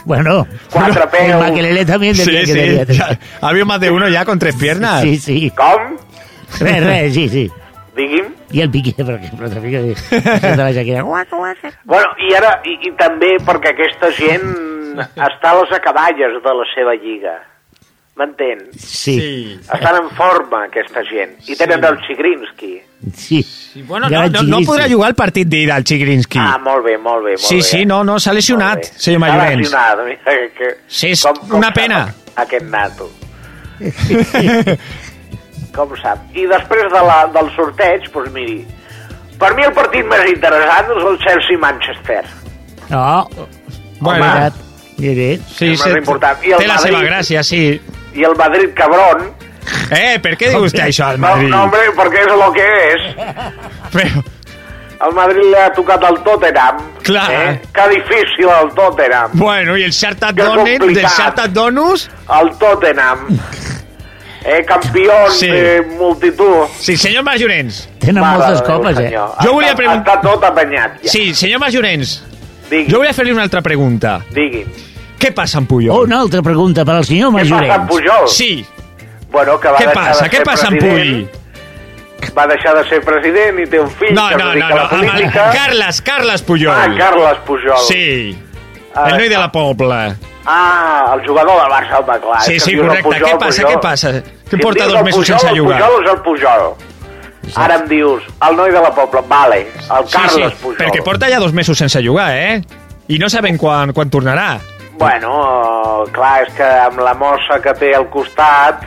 bueno.
Quatre
El
peus.
Maquelele també
Sí,
tenia que
sí,
tenir-
ya. Ha habido más de uno ya con tres piernas.
Sí, sí.
Com?
Res, res, sí, sí.
Digui'm.
I el Piqué, per exemple, també que de la Shakira. Guac, guac.
Bueno, i ara... I, I també perquè aquesta gent està a les acaballes de la seva lliga. M'entén?
Sí,
Estan en forma, aquesta gent. I tenen el Chigrinsky.
sí.
Sí, Bueno, no,
Gran
no, no
Chigrinsky.
podrà jugar el partit d'ira al Chigrinsky.
Ah, molt bé, molt bé, molt
sí,
bé.
sí, no, no, s'ha lesionat,
Molt bé.
senyor
S'ha
Mayorens.
lesionat, mira que- que...
Sí, és una
sap
pena.
Aquest nato.
<laughs>
com sap. I després de la, del sorteig, doncs miri, per mi el partit més interessant és el Chelsea-Manchester.
No,
Bueno,
mirat. Mire,
sí,
és
sí,
més important. I el
té la
Madrid?
seva gràcia, sí.
I el Madrid, cabron,
Eh, per què diu vostè això al
no,
Madrid?
no, hombre, perquè és el que és.
Però,
El Madrid li ha tocat el Tottenham.
Clar.
Eh? Que difícil el Tottenham.
bueno, i el Sharta
Que
Donut, del
complicat.
Sharta Donus,
El Tottenham. Eh, campió
Sí.
de multitud.
sí, senyor Mas Llorenç.
tenen
Mare
moltes
de Déu,
copes, eh?
senyor.
Jo
Està-
volia pregun-
Està tot apanyat, ja.
Sí, senyor Mas Llorenç,
Digui,
jo volia fer-li una altra pregunta.
digui.
Què passa amb Puyol?
Oh, una altra pregunta per al senyor
Què passa amb
Majorens.
Pujol?
Sí,
Bueno, que va
què
deixar de
passa?
ser
Què passa amb
president.
Puy?
va deixar de ser president i té un fill
No,
que es
no, no,
dedica
no.
a la
Amb el
política.
Carles, Carles Puyol.
Ah, Carles Pujol.
Sí.
Ah,
El noi de la Pobla.
Ah, el jugador del Barça, home, clar.
Sí,
és que
sí,
em diuen el
correcte. Què passa, què passa? Que
Si em
porta
dius
dos
el
mesos
Pujol,
sense jugar.
El Pujol és el Pujol. Ara em dius, el noi de la Pobla, vale, el Carles
sí, sí,
Pujol.
perquè porta ja dos mesos sense jugar, eh? I no saben quan, quan tornarà.
Bueno, eh, clar, és que amb la mossa que té al costat,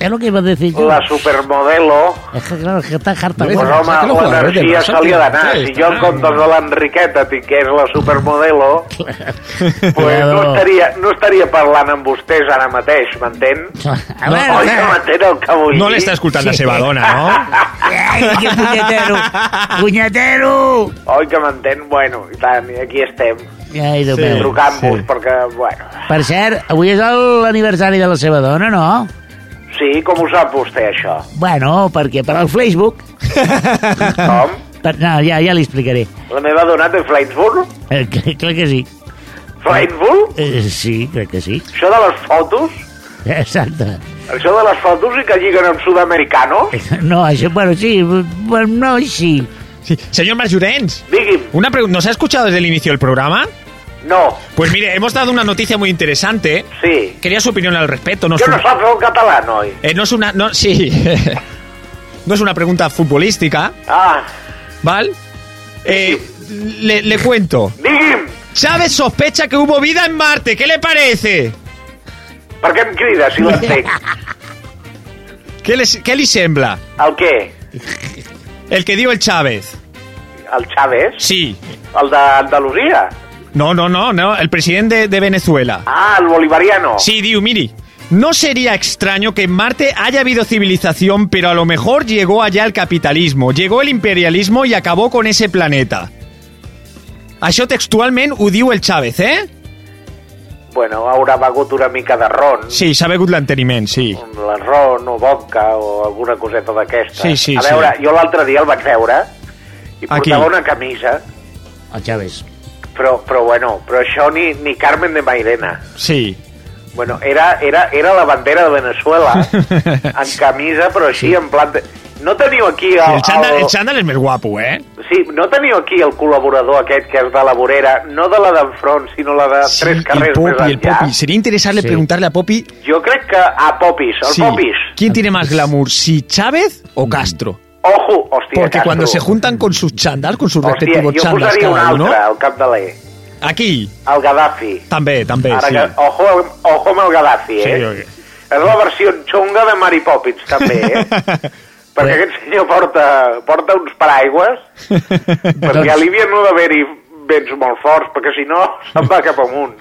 Es lo que iba a decir yo.
la supermodelo,
Es que claro, es que está harta.
Pero
pues
Bueno,
home,
sácalo jugador del
l'energia
Barça,
se li ha
tio,
d'anar.
sí,
Si jo en
clar.
comptes de l'Enriqueta tingués la supermodelo, pues no
Claro.
estaria, no estaria parlant amb vostès ara mateix, m'entén?
A
No,
ver,
oi, que m'entén el que vull
No
dir?
l'està escoltant la
Sí.
seva dona, no?
<laughs>
¡Ay, qué puñetero! ¡Puñetero!
Oi que m'entén? Bueno, i tant, i aquí estem,
Ai, Déu
Sí.
meu.
trucant-vos,
sí.
perquè, bueno...
Per cert, avui és el- l'aniversari de la seva dona, no?
Sí, com ho sap vostè, això?
Bueno, perquè per al Facebook...
Com?
Per, no, ja, ja li explicaré.
La meva dona té Flensburg?
Eh, cre- crec que sí.
Flensburg?
Eh, sí, crec que sí.
Això de les fotos?
Exacte.
Això de les fotos i que lliguen amb sud-americanos?
No, això, bueno, sí, bueno, no, sí.
Sí. Señor Marc Llorenç,
Digui'm,
una pregunta. ¿Nos ha escuchado desde el inicio del programa?
no,
Pues mire, hemos dado una noticia muy interesante.
sí.
Quería su opinión al respecto. No es
Jo no
un-
sap el català, noi.
eh, no es una... No, sí. <laughs> no es una pregunta futbolística,
Ah,
¿vale? Eh, le, le cuento.
digui'm,
Chávez sospecha que hubo vida en Marte. ¿Qué le parece?
per què em crida, si
<laughs>
l'entenc?
¿Qué, les, qué le sembla?
El què?
El que dio el Chávez.
El Chávez?
Sí.
El d'Andalusia?
No, no, no, no. El presidente de, de Venezuela.
Ah, el bolivariano.
Sí, Diu, miri. No sería extraño que en Marte haya habido civilización, pero a lo mejor llegó allá el capitalismo, llegó el imperialismo y acabó con ese planeta. Això textualment ho diu el Chávez, eh?
Bueno, haurà begut una mica de ron.
Sí, s'ha begut l'enteniment, sí.
la ron o vodka o alguna coseta d'aquesta.
Sí, sí,
a veure,
sí.
jo l'altre dia el vaig veure i
Aquí.
portava una camisa,
El Chaves.
però, però bueno, però això ni, ni Carmen de Mairena.
Sí.
Bueno, era, era, era la bandera de
<laughs>
Venezuela, en camisa, però així, en plan... De... No teniu aquí el...
El xandall, el xandall és més guapo, eh?
Sí, no teniu aquí el col·laborador aquest que és de la vorera, no de la d'enfront, sinó la de
Sí,
tres
el
carrers més
Popi, el
enllà.
Popi. Sería interesante
Sí.
preguntarle a Popi...
Jo crec que a Popis, el
sí.
Popis.
¿Quién tiene más glamour, si Chávez o Castro?
Ojo, hòstia,
Porque
Castro.
cuando se juntan con sus chandals, con sus
Hòstia,
respectivos
jo
chandals
posaria un
cada uno...
altre, al cap de l'E.
Aquí,
El Gaddafi.
també, també,
Ara
sí.
que, ojo, ojo amb el Gaddafi, eh?
Sí, oi.
És la versió xunga de Mary Poppins, també,
<laughs>
eh? perquè aquest senyor porta, porta uns
<laughs>
paraigües,
Doncs-
perquè a Líbia no ha d'haver-hi vents molt forts, perquè si no <laughs> se'n va cap amunt.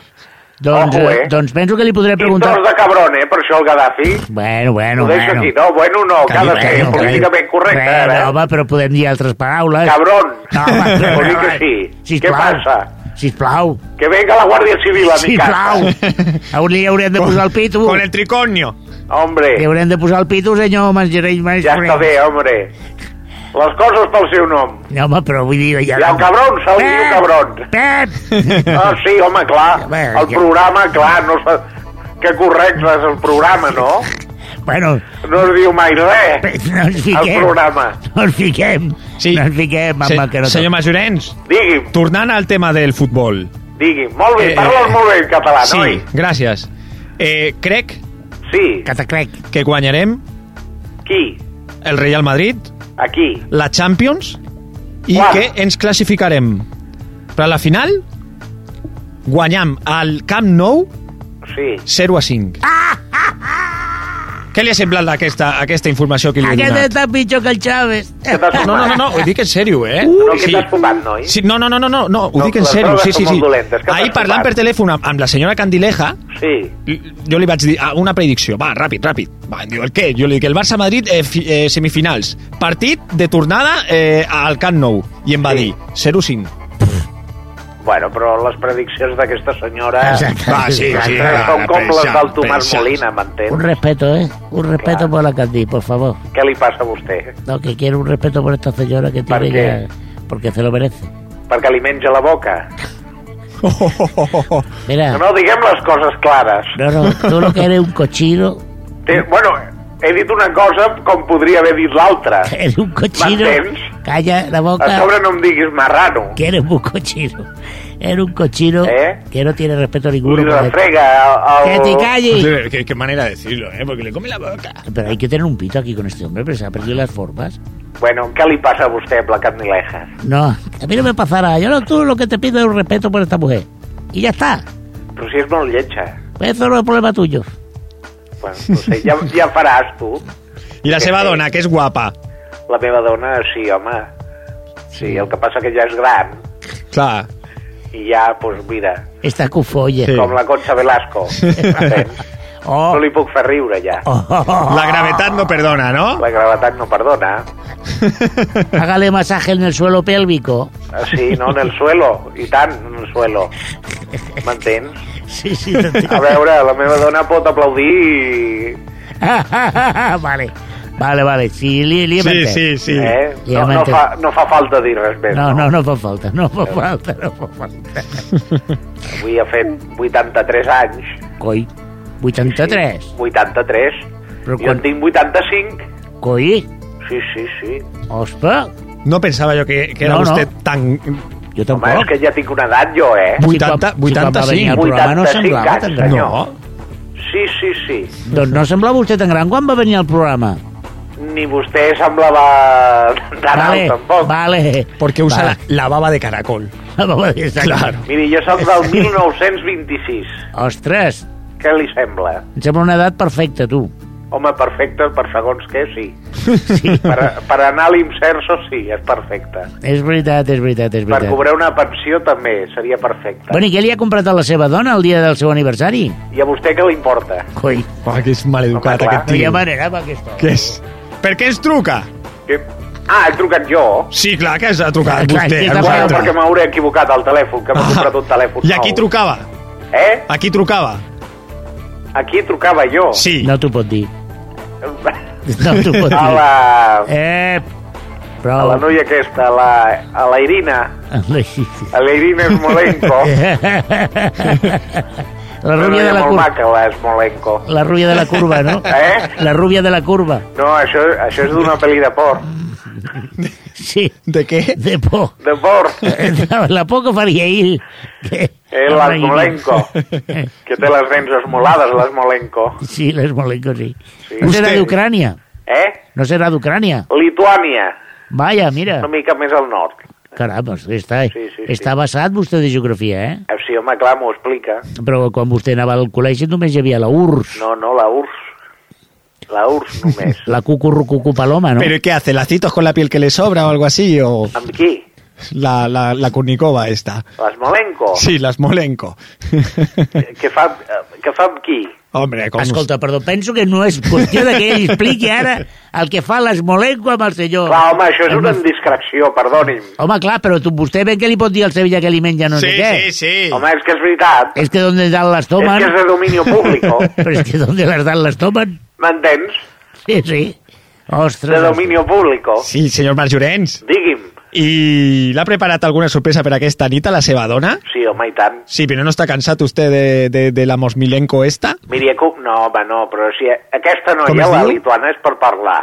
Doncs,
Ojo,
eh,
eh?
doncs penso que li podré
I un
preguntar...
tros de cabron, eh, per això el Gaddafi.
Bueno, bueno,
Ho deixo
bueno.
aquí. No, bueno, no, que ha de ser
Bueno,
políticament
bueno.
correcte,
Bueno,
ara. eh?
home, però podem dir altres paraules.
Cabron.
No,
<laughs>
home, però,
Vol dir que
home,
sí. Què
sisplau,
passa?
Sisplau,
Que venga la Guàrdia Civil a mi
sisplau.
casa.
Avui li haurem de posar el pito.
Con el tricornio.
Hombre.
Li haurem de posar el pito, senyor Masgerell
Ja
Masgerell.
està bé, home. Les coses pel seu nom.
<laughs>
No, home, però vull dir... Ja...
I el cabron, se li diu cabron.
Pep! <laughs>
Ah, sí, home, clar.
Bé,
El
ja.
programa, clar, no se... Que correcte és el programa, no?
Bueno,
No es diu mai
pe-
res.
no ens
El
fiquem.
programa.
No ens fiquem.
Sí.
No ens fiquem, home,
Se-
que no...
senyor Masurens,
Digui'm,
tornant al tema del futbol.
digui'm. Molt bé,
Eh, eh,
parles molt bé en català,
sí,
noi.
gràcies. Eh, crec
Sí,
Cataclec.
que guanyarem
aquí,
el Real Madrid,
aquí.
la Champions i
Quan?
que ens classificarem per a la final guanyam al Camp Nou
Sí.
0 a 5. Què li ha semblat aquesta, aquesta informació que li he
Aquest
donat?
està pitjor que el Chaves.
Què t'has fumat?
No, no, no, no, ho dic en sèrio, eh?
No, què t'has fumat, noi?
Sí, no, no, no, no, no, no, ho
No,
dic en
les
sèrio,
drogues
sí, sí,
són
sí.
molt dolentes, que
Ahir
t'has
parlant
fumat.
per telèfon amb, amb la senyora Candileja,
Sí.
l- jo li vaig dir ah, una predicció, va, ràpid, ràpid. Va, em diu, el què? Jo li dic, el Barça-Madrid eh, fi- eh, semifinals, partit de tornada eh, al Camp Nou. I em va
Sí.
dir 0-5.
Bueno, però les prediccions d'aquesta senyora...
Exacte.
Va, sí, sí.
Altres
va,
Són com les
pensant,
del Tomàs
pensant.
Molina,
Un
m'entens?
respeto, ¿eh? Un respeto
Claro.
por la Candy, por favor.
Què li passa a vostè?
No, que quiero un respeto por esta señora que
¿Por
tiene
qué?
ya... Porque se lo merece.
Perquè li menja la boca.
Mira, Ah.
No, no, diguem les coses clares. <laughs>
no, no, tú lo que eres un cochino...
Té, bueno, he dit una cosa com podria haver dit l'altra.
Eres un cochino.
M'entens?
Calla la
A
boca.
sobre no em diguis marrano.
Que eres un cochino. Eres un cochino
¿Eh?
que no tiene respeto ninguno.
Li
por la-
refrega el...
eh? ¡Que te
<laughs>
calles!
Joder, Qué, qué manera de decirlo, ¿eh? Porque le come la boca.
Pero hay que tener un pito aquí con este hombre, pero se ha perdido las formas.
Bueno, què li passa a vostè amb la Candileja?
No, a mí no me pasará. Yo no, tú lo que te pido es un respeto por esta mujer. Y ya está.
Però si és molt lletja.
Pues eso no es problema tuyo.
Bueno, no sé, ja, ja faràs, tu.
Y la seva dona, que es guapa.
La meva dona, sí, home. Sí, el que passa que ja és gran.
Claro.
I ja, doncs pues mira,
Esta cufolla.
Sí.
com la
<laughs>
Concha Velasco. entens?
Oh,
No li puc fer riure, ja.
oh, oh, oh.
Ah.
La gravedad no perdona, ¿no?
La gravetat no perdona.
Hágale masaje en el suelo pélvico.
Ah, Sí, no, en el suelo. I tant, en el suelo. M'entens?
Sí, sí. te entiendo.
A veure, la meva dona pot aplaudir i...
<laughs> vale, vale, vale. Sí, li, li he
Sí,
entès.
sí, sí.
Eh?
I
No, no,
amante.
fa, no fa falta dir res més.
No, no, no fa falta, no
Eh.
fa falta, no fa falta.
Avui ha fet 83 anys.
Coi, 83.
83.
Però
jo
quan-
en tinc 85.
Coi,
Sí, sí, sí.
ospa,
No pensaba yo que, que era
No, no.
usted tan...
jo
Home, és
tampoc.
que ja tinc una edat jo, eh?
Vull-
Si quan-
80,
si quan va venir al
85.
programa no
85
semblava
anys,
tan gran.
senyor.
No.
Sí, sí, sí.
Doncs no semblava vostè tan gran quan va venir al programa.
Ni vostè semblava tan alt, tampoc.
vale.
Porque usa
Vale.
la, la baba de caracol.
<laughs>
Claro.
Miri, jo sóc del 1926.
Ostres,
Què li sembla?
em sembla una edat perfecta, tu.
Home, perfecte, per segons què, sí. sí. Per, per anar a l'Imserso, sí, és perfecte.
És veritat, és veritat, és
Per
veritat.
cobrar una pensió, també, seria perfecte.
Bueno, i què li ha comprat a la seva dona el dia del seu aniversari?
I a vostè què li importa?
Coi,
Ah, que es maleducat
Home, clar.
aquest
no hi ha
tio.
manera amb aquesta.
Que és... Per què ens truca?
Que- Ah, he trucat jo.
Sí, clar que ens ha trucat
Ah, clar,
vostè.
és
a
que
Bueno,
nosaltres.
perquè m'hauré equivocat al telèfon,
Ah.
que m'ha comprat un telèfon
I aquí
nou.
trucava.
Eh?
Aquí trucava.
Aquí trucava jo.
Sí.
No t'ho pot dir. No t'ho
<laughs>
pot
A
dir.
la...
Eh,
A la
prou.
noia aquesta, a la, a la Irina. <laughs> A la Irina Smolenko.
<laughs> La
Una
rubia
noia
de la
molt
curva.
maca, la Smolenko.
La rubia de la curva, no?
<laughs> Eh?
La rubia de la curva.
No, això, això és d'una pel·li de por.
Sí,
De què?
de por. <laughs>
De por.
La, la por que faria ell. Que...
Eh, la Smolenko. Que té les dents esmolades, la Smolenko.
<laughs> Sí, l'Esmolenko, sí.
Sí.
No serà
Vostè-
d'Ucrània.
Eh?
No serà d'Ucrània.
Lituània.
Vaja, mira.
Una mica més al nord.
Caram, hosti, està, eh?
Sí, sí, sí.
està basat vostè de geografia, eh?
Eh, Sí, home, clar, m'ho explica.
Però quan vostè anava al col·legi només hi havia la URSS,
No, no, la URSS. La URSS
<laughs>
només.
la cucurrucucu paloma, no?
¿Pero qué hace? ¿Lacitos con la piel que le sobra o algo así? ¿O
Amb qui?
la, la, la Kurnikova esta?
L'Esmolenko?
Sí, las Molenko.
Que fa, eh, que fa amb qui?
Hombre, con
Escolta, perdó, penso que no és qüestió de que ell expliqui ara el que fa l'Esmolenko amb el senyor...
Clar, home, això és una indiscreció, perdoni'm.
Home, clar, però tu, vostè ve que li pot dir al Sevilla que li menja no sé
Sí,
què.
sí, sí.
Home, és que és veritat.
És que donde dan las
És
toman...
que és de domini públic.
<laughs>
Però és que donde las dan las toman...
M'entens?
Sí, sí. Ostres.
De
ostres.
domini públic.
Sí, senyor Marc Llorenç.
Digui'm.
I l'ha preparat alguna sorpresa per aquesta nit a la seva dona?
Sí, home, i tant.
Sí, però no està cansat vostè de, de, de la Mosmilenko esta?
Miri, acu- no, home, no, però si aquesta
Com
noia,
es
la
diu?
lituana, és per parlar.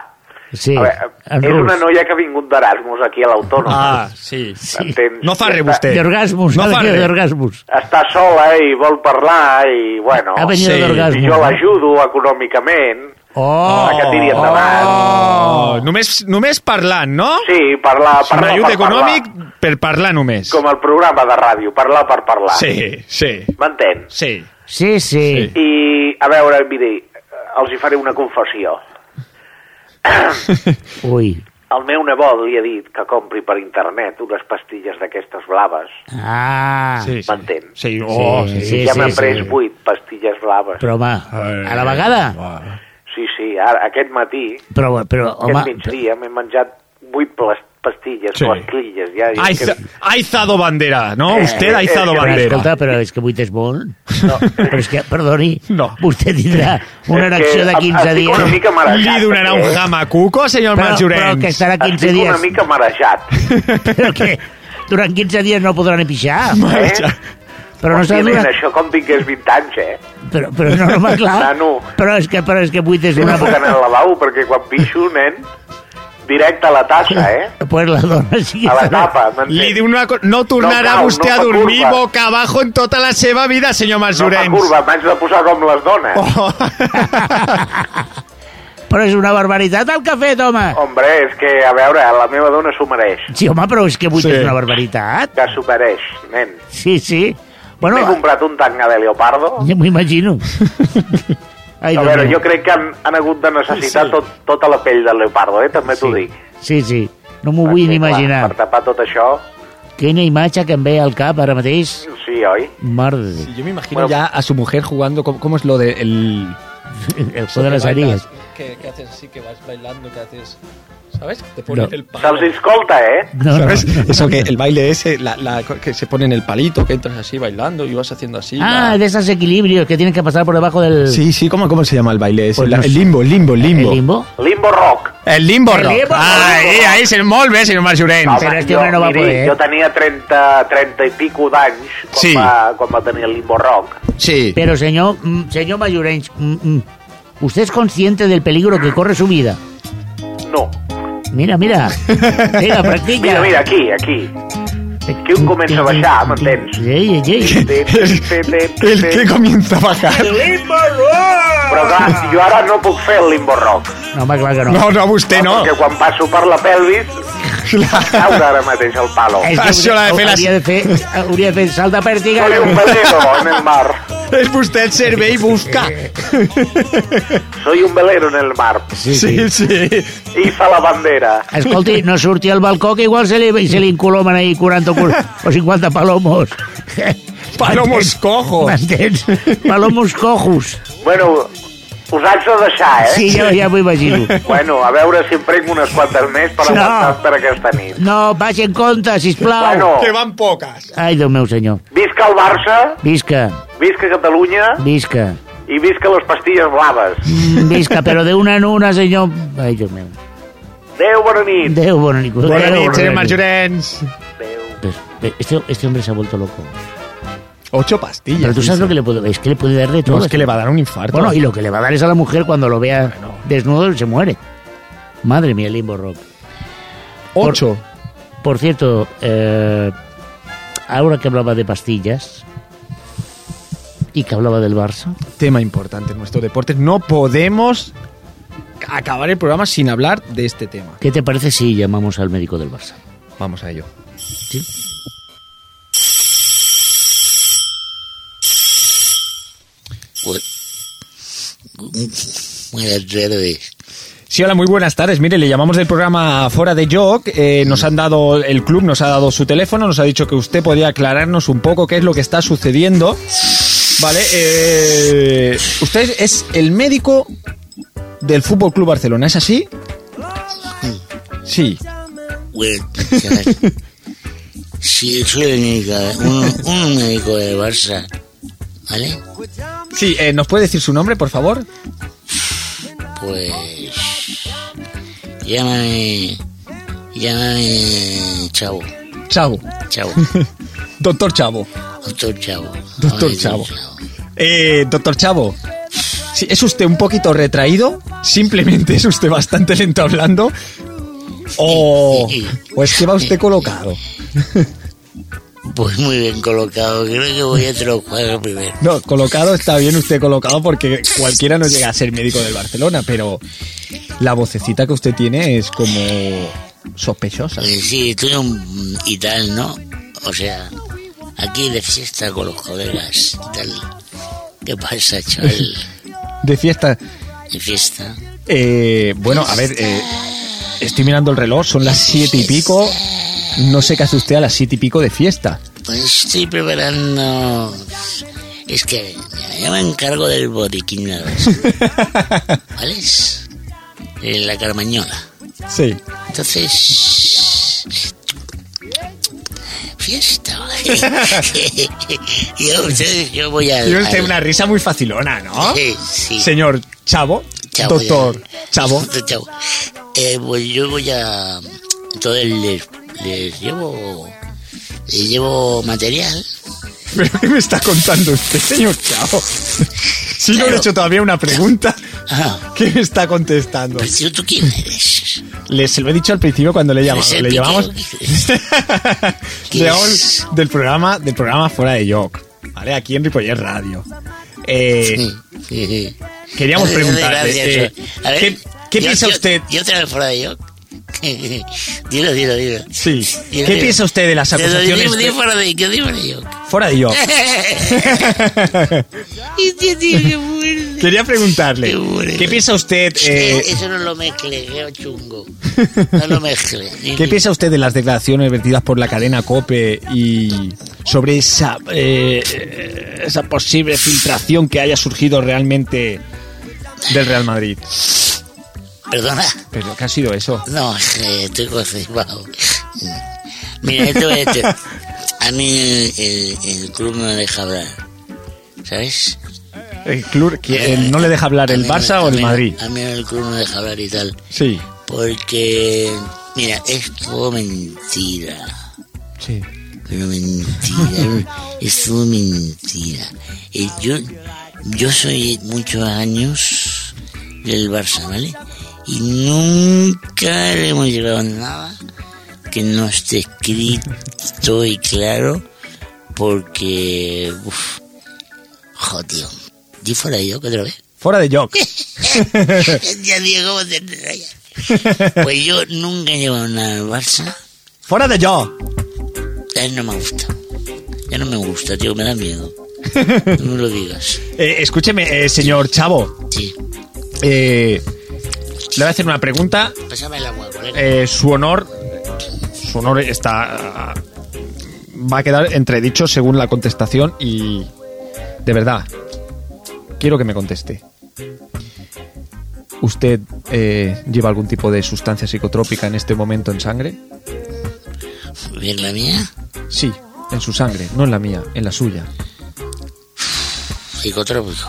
Sí,
A veure,
en
és
rus.
una noia que ha vingut d'Erasmus aquí a l'Autònoma.
Ah, sí.
Sí.
Entens?
No fa res,
Està-
vostè.
D'orgasmus,
No
ha
fa
venido
res.
d'orgasmus.
Està sola eh, i vol parlar i, bueno,
Ha venido
Sí.
d'orgasmus.
i jo l'ajudo econòmicament.
Oh,
que tiri endavant.
Oh. Només, només parlant, no?
Sí, parlar,
Un
parlar
ajut
per parlar.
econòmic per parlar només.
Com el programa de ràdio, parlar per parlar.
Sí, sí,
M'entens?
sí.
Sí, sí.
Sí.
I, a veure, miri, els hi faré una confessió.
Ui.
El meu nebot li ha dit que compri per internet unes pastilles d'aquestes blaves.
Ah.
sí, sí.
m'entén.
Sí, oh, sí.
Sí,
sí.
ja m'ha
sí.
pres vuit pastilles blaves.
Però, home, a la vegada...
Uah.
Sí, sí, ara, aquest matí,
Però, però
Home,
home...
aquest migdia, m'he menjat vuit plas- pastilles,
Sí.
sí. clasquilles, ja.
Ha iza- ha izado bandera, ¿no?
Eh,
Usted ha
eh,
izado
eh,
Però,
bandera.
escolta, però és que vuit és molt.
No.
Però és que, perdoni,
No.
vostè tindrà una erecció de 15
estic
dies.
Una mica marejat,
Li donarà
perquè
un jamacuco, senyor
Però,
Marc
però que
Llorenç.
estarà 15
Estic
dies.
una mica marejat.
Però que durant 15 dies no podrà ni pixar.
Marxa.
Eh?
Però no s'ha
Hòstia,
durat...
nen, això com tingués 20 anys, eh?
Però, però no, no, home, clar.
Nano.
Però és que, però és que 8 és
Jo
una...
no puc anar al lavabo, perquè quan pixo, nen, directe a la tassa, eh?
Pues la dona sí que...
A la
s'ha de-
tapa, m'entens?
Li diu una cosa... No tornarà
No, no,
vostè
no
a
fa
dormir
curva.
boca abajo en tota la seva vida, senyor Mas
No fa
Llorenç.
<laughs>
curva, m'haig de posar com les dones.
Oh.
Però és una barbaritat el que ha fet, home.
Hombre, és que, a veure, la meva dona s'ho mereix.
Sí, home, però és que 8
Sí.
és una barbaritat.
Que s'ho mereix, nen.
Sí, sí.
M'he
Bueno,
comprat un tanga de leopardo.
ja m'ho imagino. Ai,
<laughs> A
Déu
veure,
meu.
jo crec que han, han hagut de necessitar
Sí.
tot, tota la pell de leopardo, eh? també t'ho dic.
Sí, sí. No m'ho vull ni
Perquè, clar,
imaginar.
Per tapar tot això,
Quina imatge que em ve al cap ara mateix.
sí, oi?
Mare de Déu.
Yo me imagino
Bueno.
ya a su mujer jugando. ¿Cómo, cómo es lo del.?
El poder de les àrees.
Que, que haces así, que vas bailando, que haces. ¿Sabes? Te pones
No.
el palo.
Se'ls escolta, eh?
No, no.
¿Sabes? <laughs> Eso que el baile es.
Ese, la, la, que se pone en el palito, que entras así bailando y vas haciendo así.
Ah,
la-
de esos equilibrios que tienen que pasar por debajo del...
Sí, sí, ¿cómo, cómo se llama el baile ese?
Pues no
La- el
sé.
limbo, el limbo, el limbo.
¿El limbo?
Limbo rock.
El limbo,
El
rock. Ah,
limbo,
ahí,
el limbo.
ahí se envuelve, señor Mas Llorenç.
Home. però este home no va
miri,
poder, eh?
Jo tenia 30, 30 i pico d'anys quan,
Sí.
va, quan va tenir el limbo rock.
<laughs>
Sí.
Pero señor, mm, señor Mayorench, mm, mm, ¿usted es consciente del peligro que corre su vida?
No.
Mira,
<laughs>
mira. Mira, practica.
Mira, mira, aquí,
<laughs>
aquí. que un comença a baixar, m'entens?
Sí, sí, sí.
El que
Però
comienza a bajar.
clar, jo ara no puc fer el limbo rock.
No, home, clar que
<laughs>
no.
No, no, usted no.
Perquè quan passo per la pelvis, caure ara mateix al palo.
És que
Això l'ha Ah, de fer la-
hauria de fer, hauria de fer salt de pèrtiga.
Soy un velero en el mar.
Es usted el serve y busca.
Soy un velero en el mar.
Sí, sí.
Sí, sí.
Iza la bandera.
Escolti, no surti al balcó, que igual se li, se li incolomen ahí 40 cul- o 50 palomos. <laughs>
Palomos cojos.
M'entens? Palomos cojos.
Bueno, us haig de deixar, eh?
Sí, ja, ja m'ho imagino.
Bueno, a veure si en prenc unes quantes més per
No.
aguantar per aquesta nit.
No, vagi en compte, sisplau.
Bueno,
Que van pocas.
Ai, Déu meu senyor.
visca el Barça,
Visca,
visca Catalunya
visca.
i visca les pastilles blaves.
Mm, Visca, però de una en una, senyor... Ai, Déu meu.
Adéu, bona nit.
Déu, bona nit.
Buenas
Déu,
noches, señor
bona nit.
Mas Llorenç.
Adéu.
Pues, Este, este hombre se ha vuelto loco.
Ocho pastillas.
Pero tú sabes
dice.
lo que le puedo... Es que le puede dar de todo. este
No, es que Pues, le va a dar un infarto.
Bueno, y lo que le va a dar es a la mujer cuando lo vea desnudo se muere. Madre mía, el limbo rock.
Ocho.
Por cierto, eh, ahora que hablaba de pastillas y que hablaba del Barça,
tema importante en nuestro deporte. No podemos acabar el programa sin hablar de este tema.
¿qué te parece si llamamos al médico del Barça?
Vamos a ello.
Buenas tardes.
Sí, hola, muy buenas tardes. Mire, le llamamos del programa Fuera de Joc. Eh, nos han dado, el club nos ha dado su teléfono, nos ha dicho que usted podía aclararnos un poco qué es lo que está sucediendo. Vale, eh, usted es el médico del Fútbol Club Barcelona, ¿es así? Sí.
Buenas tardes. Sí, soy el médico, de- uno, un médico de Barça. ¿Vale?
Sí, eh, ¿nos puede decir su nombre, por favor?
Pues. Llámame. Llámame. Chavo.
Chavo.
Chavo.
Doctor Chavo.
Doctor Chavo.
Doctor
Ay,
Chavo. Eh, doctor Chavo, sí, es usted un poquito retraído, simplemente es usted bastante lento hablando, o, o es Oh. que va usted colocado.
Pues muy bien colocado. Creo que voy a te lo juego primero.
No, colocado está bien usted colocado porque cualquiera no llega a ser médico del Barcelona, pero la vocecita que usted tiene es como sospechosa.
Pues sí, estoy un. y tal, ¿no? O sea, aquí de fiesta con los colegas y tal. ¿Qué pasa, chaval?
De fiesta.
De fiesta.
Eh, bueno, a ver, eh, estoy mirando el reloj, son las siete y pico. No sé qué hace usted a las siete y pico de fiesta.
Pues estoy preparando. Es que mira, yo me encargo del botiquín de la
<laughs>
raza, ¿Vale? Es eh, la carmañola.
Sí.
Entonces. Fiesta.
<laughs>
<laughs> yo, yo- yo voy a.
Tiene usted
al-
una risa muy facilona, ¿no?
Sí, sí.
Señor Chavo,
Chavo,
doctor
ya.
Chavo.
<laughs> Doctor Chavo. Eh, pues yo voy a. Entonces les, les llevo. Les llevo material.
¿Pero qué me está contando usted, señor Chao? Si no le he hecho todavía una pregunta,
Ah,
¿qué me está contestando?
pero si tú quién eres.
Le, se lo he dicho al principio cuando le he llamado.
Eres el
Le llamamos
¿Qué
de
es?
Ol- del programa del programa Fuera de York, ¿vale? Aquí en Ripoller Radio. Eh,
Sí. <laughs>
queríamos preguntarle,
Gracias.
eh,
A ver,
¿qué, qué
yo-
piensa
yo-
usted?
Yo otra vez fuera de yo. <laughs> dilo, dilo, dilo.
Sí.
Dilo,
¿Qué
dilo.
piensa usted de las
Te lo digo,
acusaciones de-
digo fuera de yo, digo fuera de yo.
<laughs> Fuera de
<laughs>
York?
Este tío, <laughs> qué fuerte.
Quería preguntarle,
Qué bueno.
¿qué piensa usted? eh,
Eh, Eso no lo mezcle, qué chungo. No lo mezcle. Ni-
<laughs> ¿Qué
ni-
piensa usted de las declaraciones vertidas por la cadena COPE y sobre esa, eh, esa posible filtración que haya surgido realmente del Real Madrid?
Perdona.
¿Pero qué ha sido eso?
No, es que estoy constipado. Mira, esto es esto. A mí el, el- el club no me deja hablar. ¿Sabes?
¿El club ¿quién- Eh, no le deja hablar
Eh, A
el
mí no-
Barça o
a
el
mí no-
Madrid?
A mí el club no me deja hablar y tal.
Sí,
Porque, mira, es todo mentira.
sí.
Pero mentira. <laughs> es todo mentira. Eh, yo, yo soy muchos años del Barça, ¿vale? Y nunca le hemos llevado nada que no esté escrito y claro. Porque, uff, jodido. Di fuera yo que otra vez.
Fuera de
<laughs>
Jock.
ya Diego, ¿cómo te rayas? Pues yo nunca he llevado nada al Barça.
Fuera de Jock.
Ya no me gusta. Ya no me gusta, tío, me da miedo. No me lo digas.
Eh, escúcheme, eh, señor Chavo.
Sí.
eh, le voy a hacer una pregunta
Pásame el agua, colega.
Eh, su honor su honor está va a quedar entredicho según la contestación y de verdad quiero que me conteste ¿Usted eh, lleva algún tipo de sustancia psicotrópica en este momento en sangre?
¿Bien la mía?
Sí, en su sangre, no en la mía, en la suya.
Psicotrópico.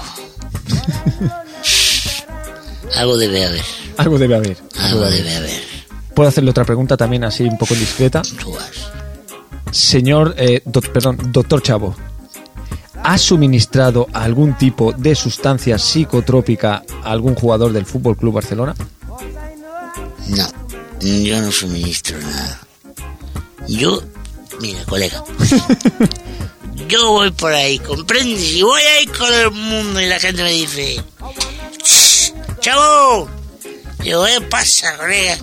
Algo debe haber.
Algo debe haber.
Algo debe haber.
¿Puedo hacerle otra pregunta también así un poco indiscreta?
Tú vas.
Señor, eh, doc- perdón, doctor Chavo, ¿ha suministrado algún tipo de sustancia psicotrópica a algún jugador del Fútbol Club Barcelona?
No, yo no suministro nada. Yo, mira, colega. <laughs> yo voy por ahí, ¿comprendes? Y voy ahí con el mundo y la gente me dice, "Shh, chavo, digo, ¿qué pasa, colega?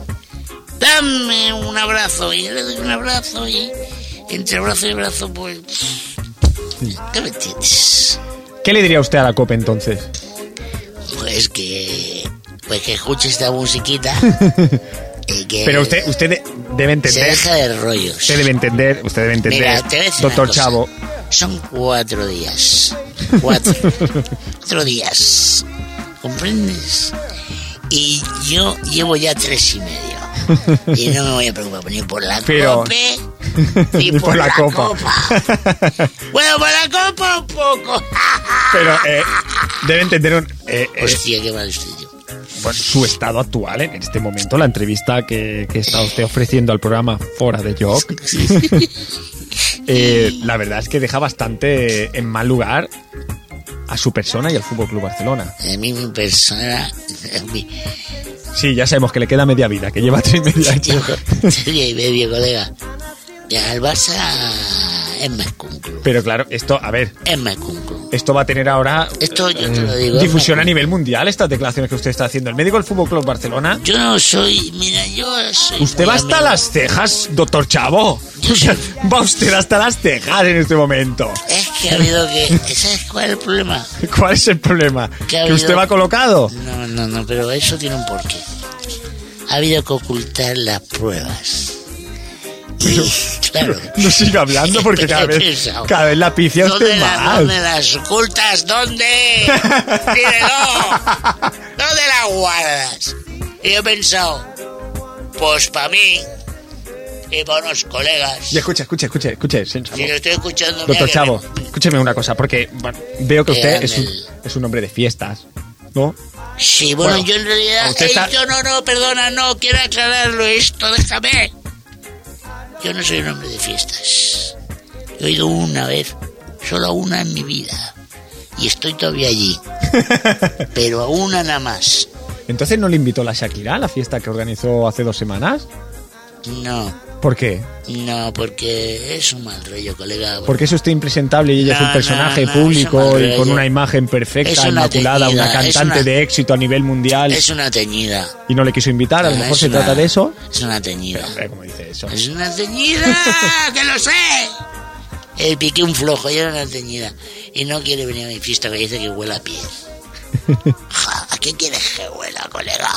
Dame un abrazo y le doy un abrazo y entre brazo y brazo, pues... ¿Qué me entiendes?
¿Qué le diría usted a la COPE entonces?
Pues que... Pues que escuche
<laughs>
esta musiquita. y que
Pero usted, usted de- debe
Se
entender,
deja de rollos.
usted debe entender, usted debe entender,
Mira, te voy a decir una
doctor
cosa.
Chavo.
Son cuatro días. <laughs> Cuatro. cuatro días. ¿Comprendes? Y yo llevo ya tres y medio. Y no me voy a preocupar ni por la
Pero-
cope, <laughs> ni por, la, copa. <laughs> bueno, por la copa un poco.
Pero eh, debe entender un- eh, eh,
Hostia, qué mal estoy yo.
bueno, su estado actual en este momento, la entrevista que, que está usted ofreciendo al programa Fora de Jock. <laughs> Eh, la verdad es que deja bastante en mal lugar a su persona y al Fútbol Club Barcelona.
A mí mi persona... A mí,
Sí, ya sabemos que le queda media vida, que lleva tres y media.
<laughs> Tío, tres días y medio, colega. Ya, el Barça es más que un club.
Pero claro, esto, a ver,
Es más que un club.
esto va a tener ahora
Esto yo te lo
eh,
digo.
difusión
es
a nivel mundial, estas declaraciones que usted está haciendo. El médico del Fútbol Club Barcelona.
Yo no soy, mira, yo soy.
Usted
muy
va hasta
amigo.
las cejas, doctor Chavo. O sea, Va usted hasta las cejas en este momento.
Es que ha habido que. ¿Sabes cuál es el problema?
<laughs> ¿Cuál es el problema?
¿Qué ha
¿Que usted
habido?
va colocado?
No, no, no, pero eso tiene un porqué. Ha habido que ocultar las pruebas. Y, claro.
No siga
<laughs>
hablando porque cada
He
vez,
pensado,
cada vez la picia
¿Dónde,
usted
la-
más.
dónde las ocultas? ¿Dónde? Dímelo. ¿Dónde las guardas? Y yo he pensado, pues para mí y para unos colegas.
Y escucha, escucha, escucha, escucha, señor Chavo.
Si lo estoy escuchando, mira
Doctor
que
Chavo,
me-
escúcheme una cosa, porque bueno, veo que usted
Eh,
es un,
Ángel.
es un hombre de fiestas, ¿no?
Sí, bueno,
Bueno,
yo en realidad.
usted
Ey,
está-
yo no, no, perdona, no, quiero aclararlo esto, déjame. Yo no soy un hombre de fiestas. Yo he ido una vez solo a una en mi vida. Y estoy
<laughs>
todavía allí. Pero a una nada más.
Entonces no le invitó la Shakira a la fiesta que organizó hace dos semanas.
No,
¿Por qué?
no, porque es un mal rollo, colega.
Porque eso está impresentable y ella es
No,
un personaje
no, no, eso
público
me
y con
río.
una imagen
Es
perfecta,
una
inmaculada,
teñida,
una
es
cantante
una-
de éxito a nivel mundial
Es una teñida.
y no le quiso invitar. A lo
Ah,
mejor
es
se
una-
trata de eso.
Es una teñida.
Hombre, ¿cómo dice eso?
Es una teñida, <laughs> que lo sé. Eh, piqué un flojo y era una teñida. Y no quiere venir a mi fiesta que dice que huela a pie.
<laughs>
Ja, ¿A qué quieres que huela, colega?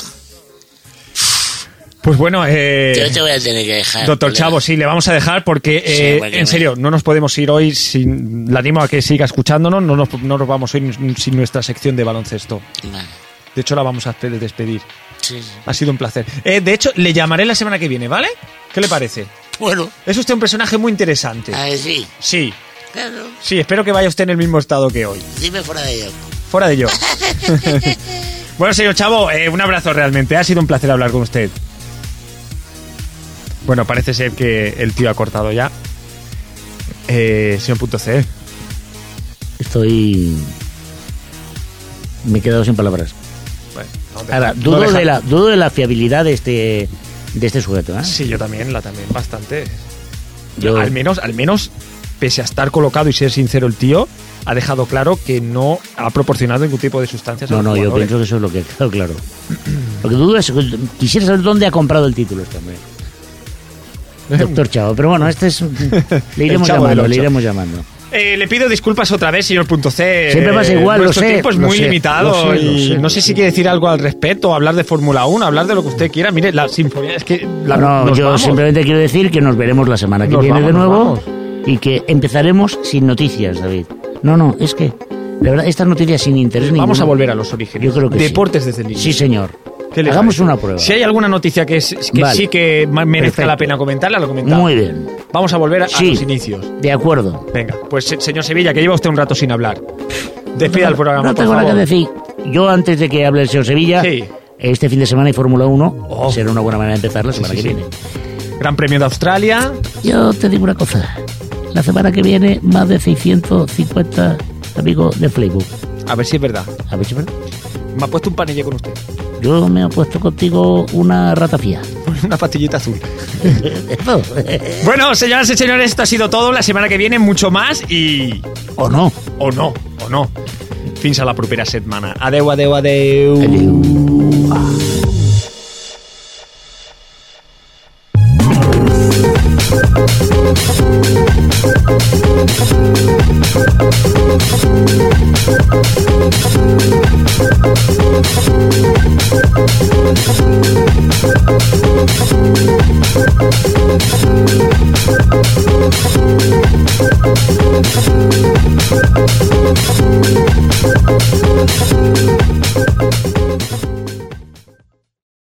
Pues bueno,
Yo
eh,
te voy a tener que dejar.
doctor
colega.
Chavo, sí, le vamos a dejar porque, eh,
porque
en
me-
serio, no nos podemos ir hoy sin... Le animo a que siga escuchándonos, no nos, no nos vamos a ir sin nuestra sección de baloncesto.
Vale.
De hecho, la vamos a hacer despedir.
Sí, sí.
Ha sido un placer. Eh, de hecho, le llamaré la semana que viene, ¿vale? ¿Qué le parece?
Bueno,
Es usted un personaje muy interesante.
a ver, sí.
Sí,
Claro,
sí, espero que vaya usted en el mismo estado que hoy.
dime fuera de ello.
Fuera de yo. bueno, señor Chavo, eh, un abrazo realmente. Ha sido un placer hablar con usted. Bueno, parece ser que el tío ha cortado ya. Eh, señor punto C.
Estoy. Me he quedado sin palabras.
Bueno, no deja-
Ahora,
no
dudo,
deja-
de, la, dudo de la fiabilidad de este, de este sujeto, ¿eh?
Sí, yo también, la también, bastante.
Yo-
Al menos, al menos, pese a estar colocado y ser sincero el tío, ha dejado claro que no ha proporcionado ningún tipo de sustancias. a
no,
los
no, yo
jugadores.
pienso que eso es lo que ha quedado claro. Lo que dudo es. Quisiera saber dónde ha comprado el título este hombre. Doctor Chavo, pero bueno, este es. Le
Eh. El
iremos
Chavo del
llamando, le
Ocho.
iremos llamando.
Eh, le pido disculpas otra vez, señor punto C.
Siempre pasa
Eh,
igual, lo
Nuestro
sé,
tiempo es
lo
muy
sé,
limitado
lo sé, lo
y
sé,
no
lo
sé si
sé.
quiere decir algo al respecto, hablar de Fórmula 1, hablar de lo que usted quiera. Mire, la sinfonía es que la,
No,
nos
yo
vamos.
simplemente quiero decir que nos veremos la semana que
Nos
viene
vamos,
de
nos
nuevo
vamos.
y que empezaremos sin noticias, David. No, no, es que, de verdad, estas noticias sin interés
Vamos
ninguno.
a volver a los orígenes.
Yo creo que sí.
Deportes desde el inicio.
Sí, señor.
¿Qué le
Hagamos
parece?
una prueba.
Si hay alguna noticia que, es- que
Vale.
sí que ma- merezca
Perfecto.
la pena comentarla, lo comentamos.
Muy bien.
Vamos a volver a, a
Sí.
los inicios.
De acuerdo.
Venga, pues se- señor Sevilla, que lleva usted un rato sin hablar. Despida el programa,
No
por
tengo nada
favor.
que decir. Yo, antes de que hable el señor Sevilla,
Sí.
este fin de semana hay Fórmula 1.
Oh.
Será una buena manera de empezar la semana
sí,
que
sí.
viene.
Gran Premio de Australia.
Yo te digo una cosa. La semana que viene, más de 650 amigos de Facebook.
A ver si es verdad.
A ver si me-
Me ha puesto un panille con usted.
Yo me he puesto contigo una rata fía.
<laughs> Una
<laughs>
pastillita azul.
Esto.
Bueno, señoras y señores, esto ha sido todo. La semana que viene mucho más y...
o no.
O no, o no. Fins a la propera setmana. Adeu, adeu, adeu.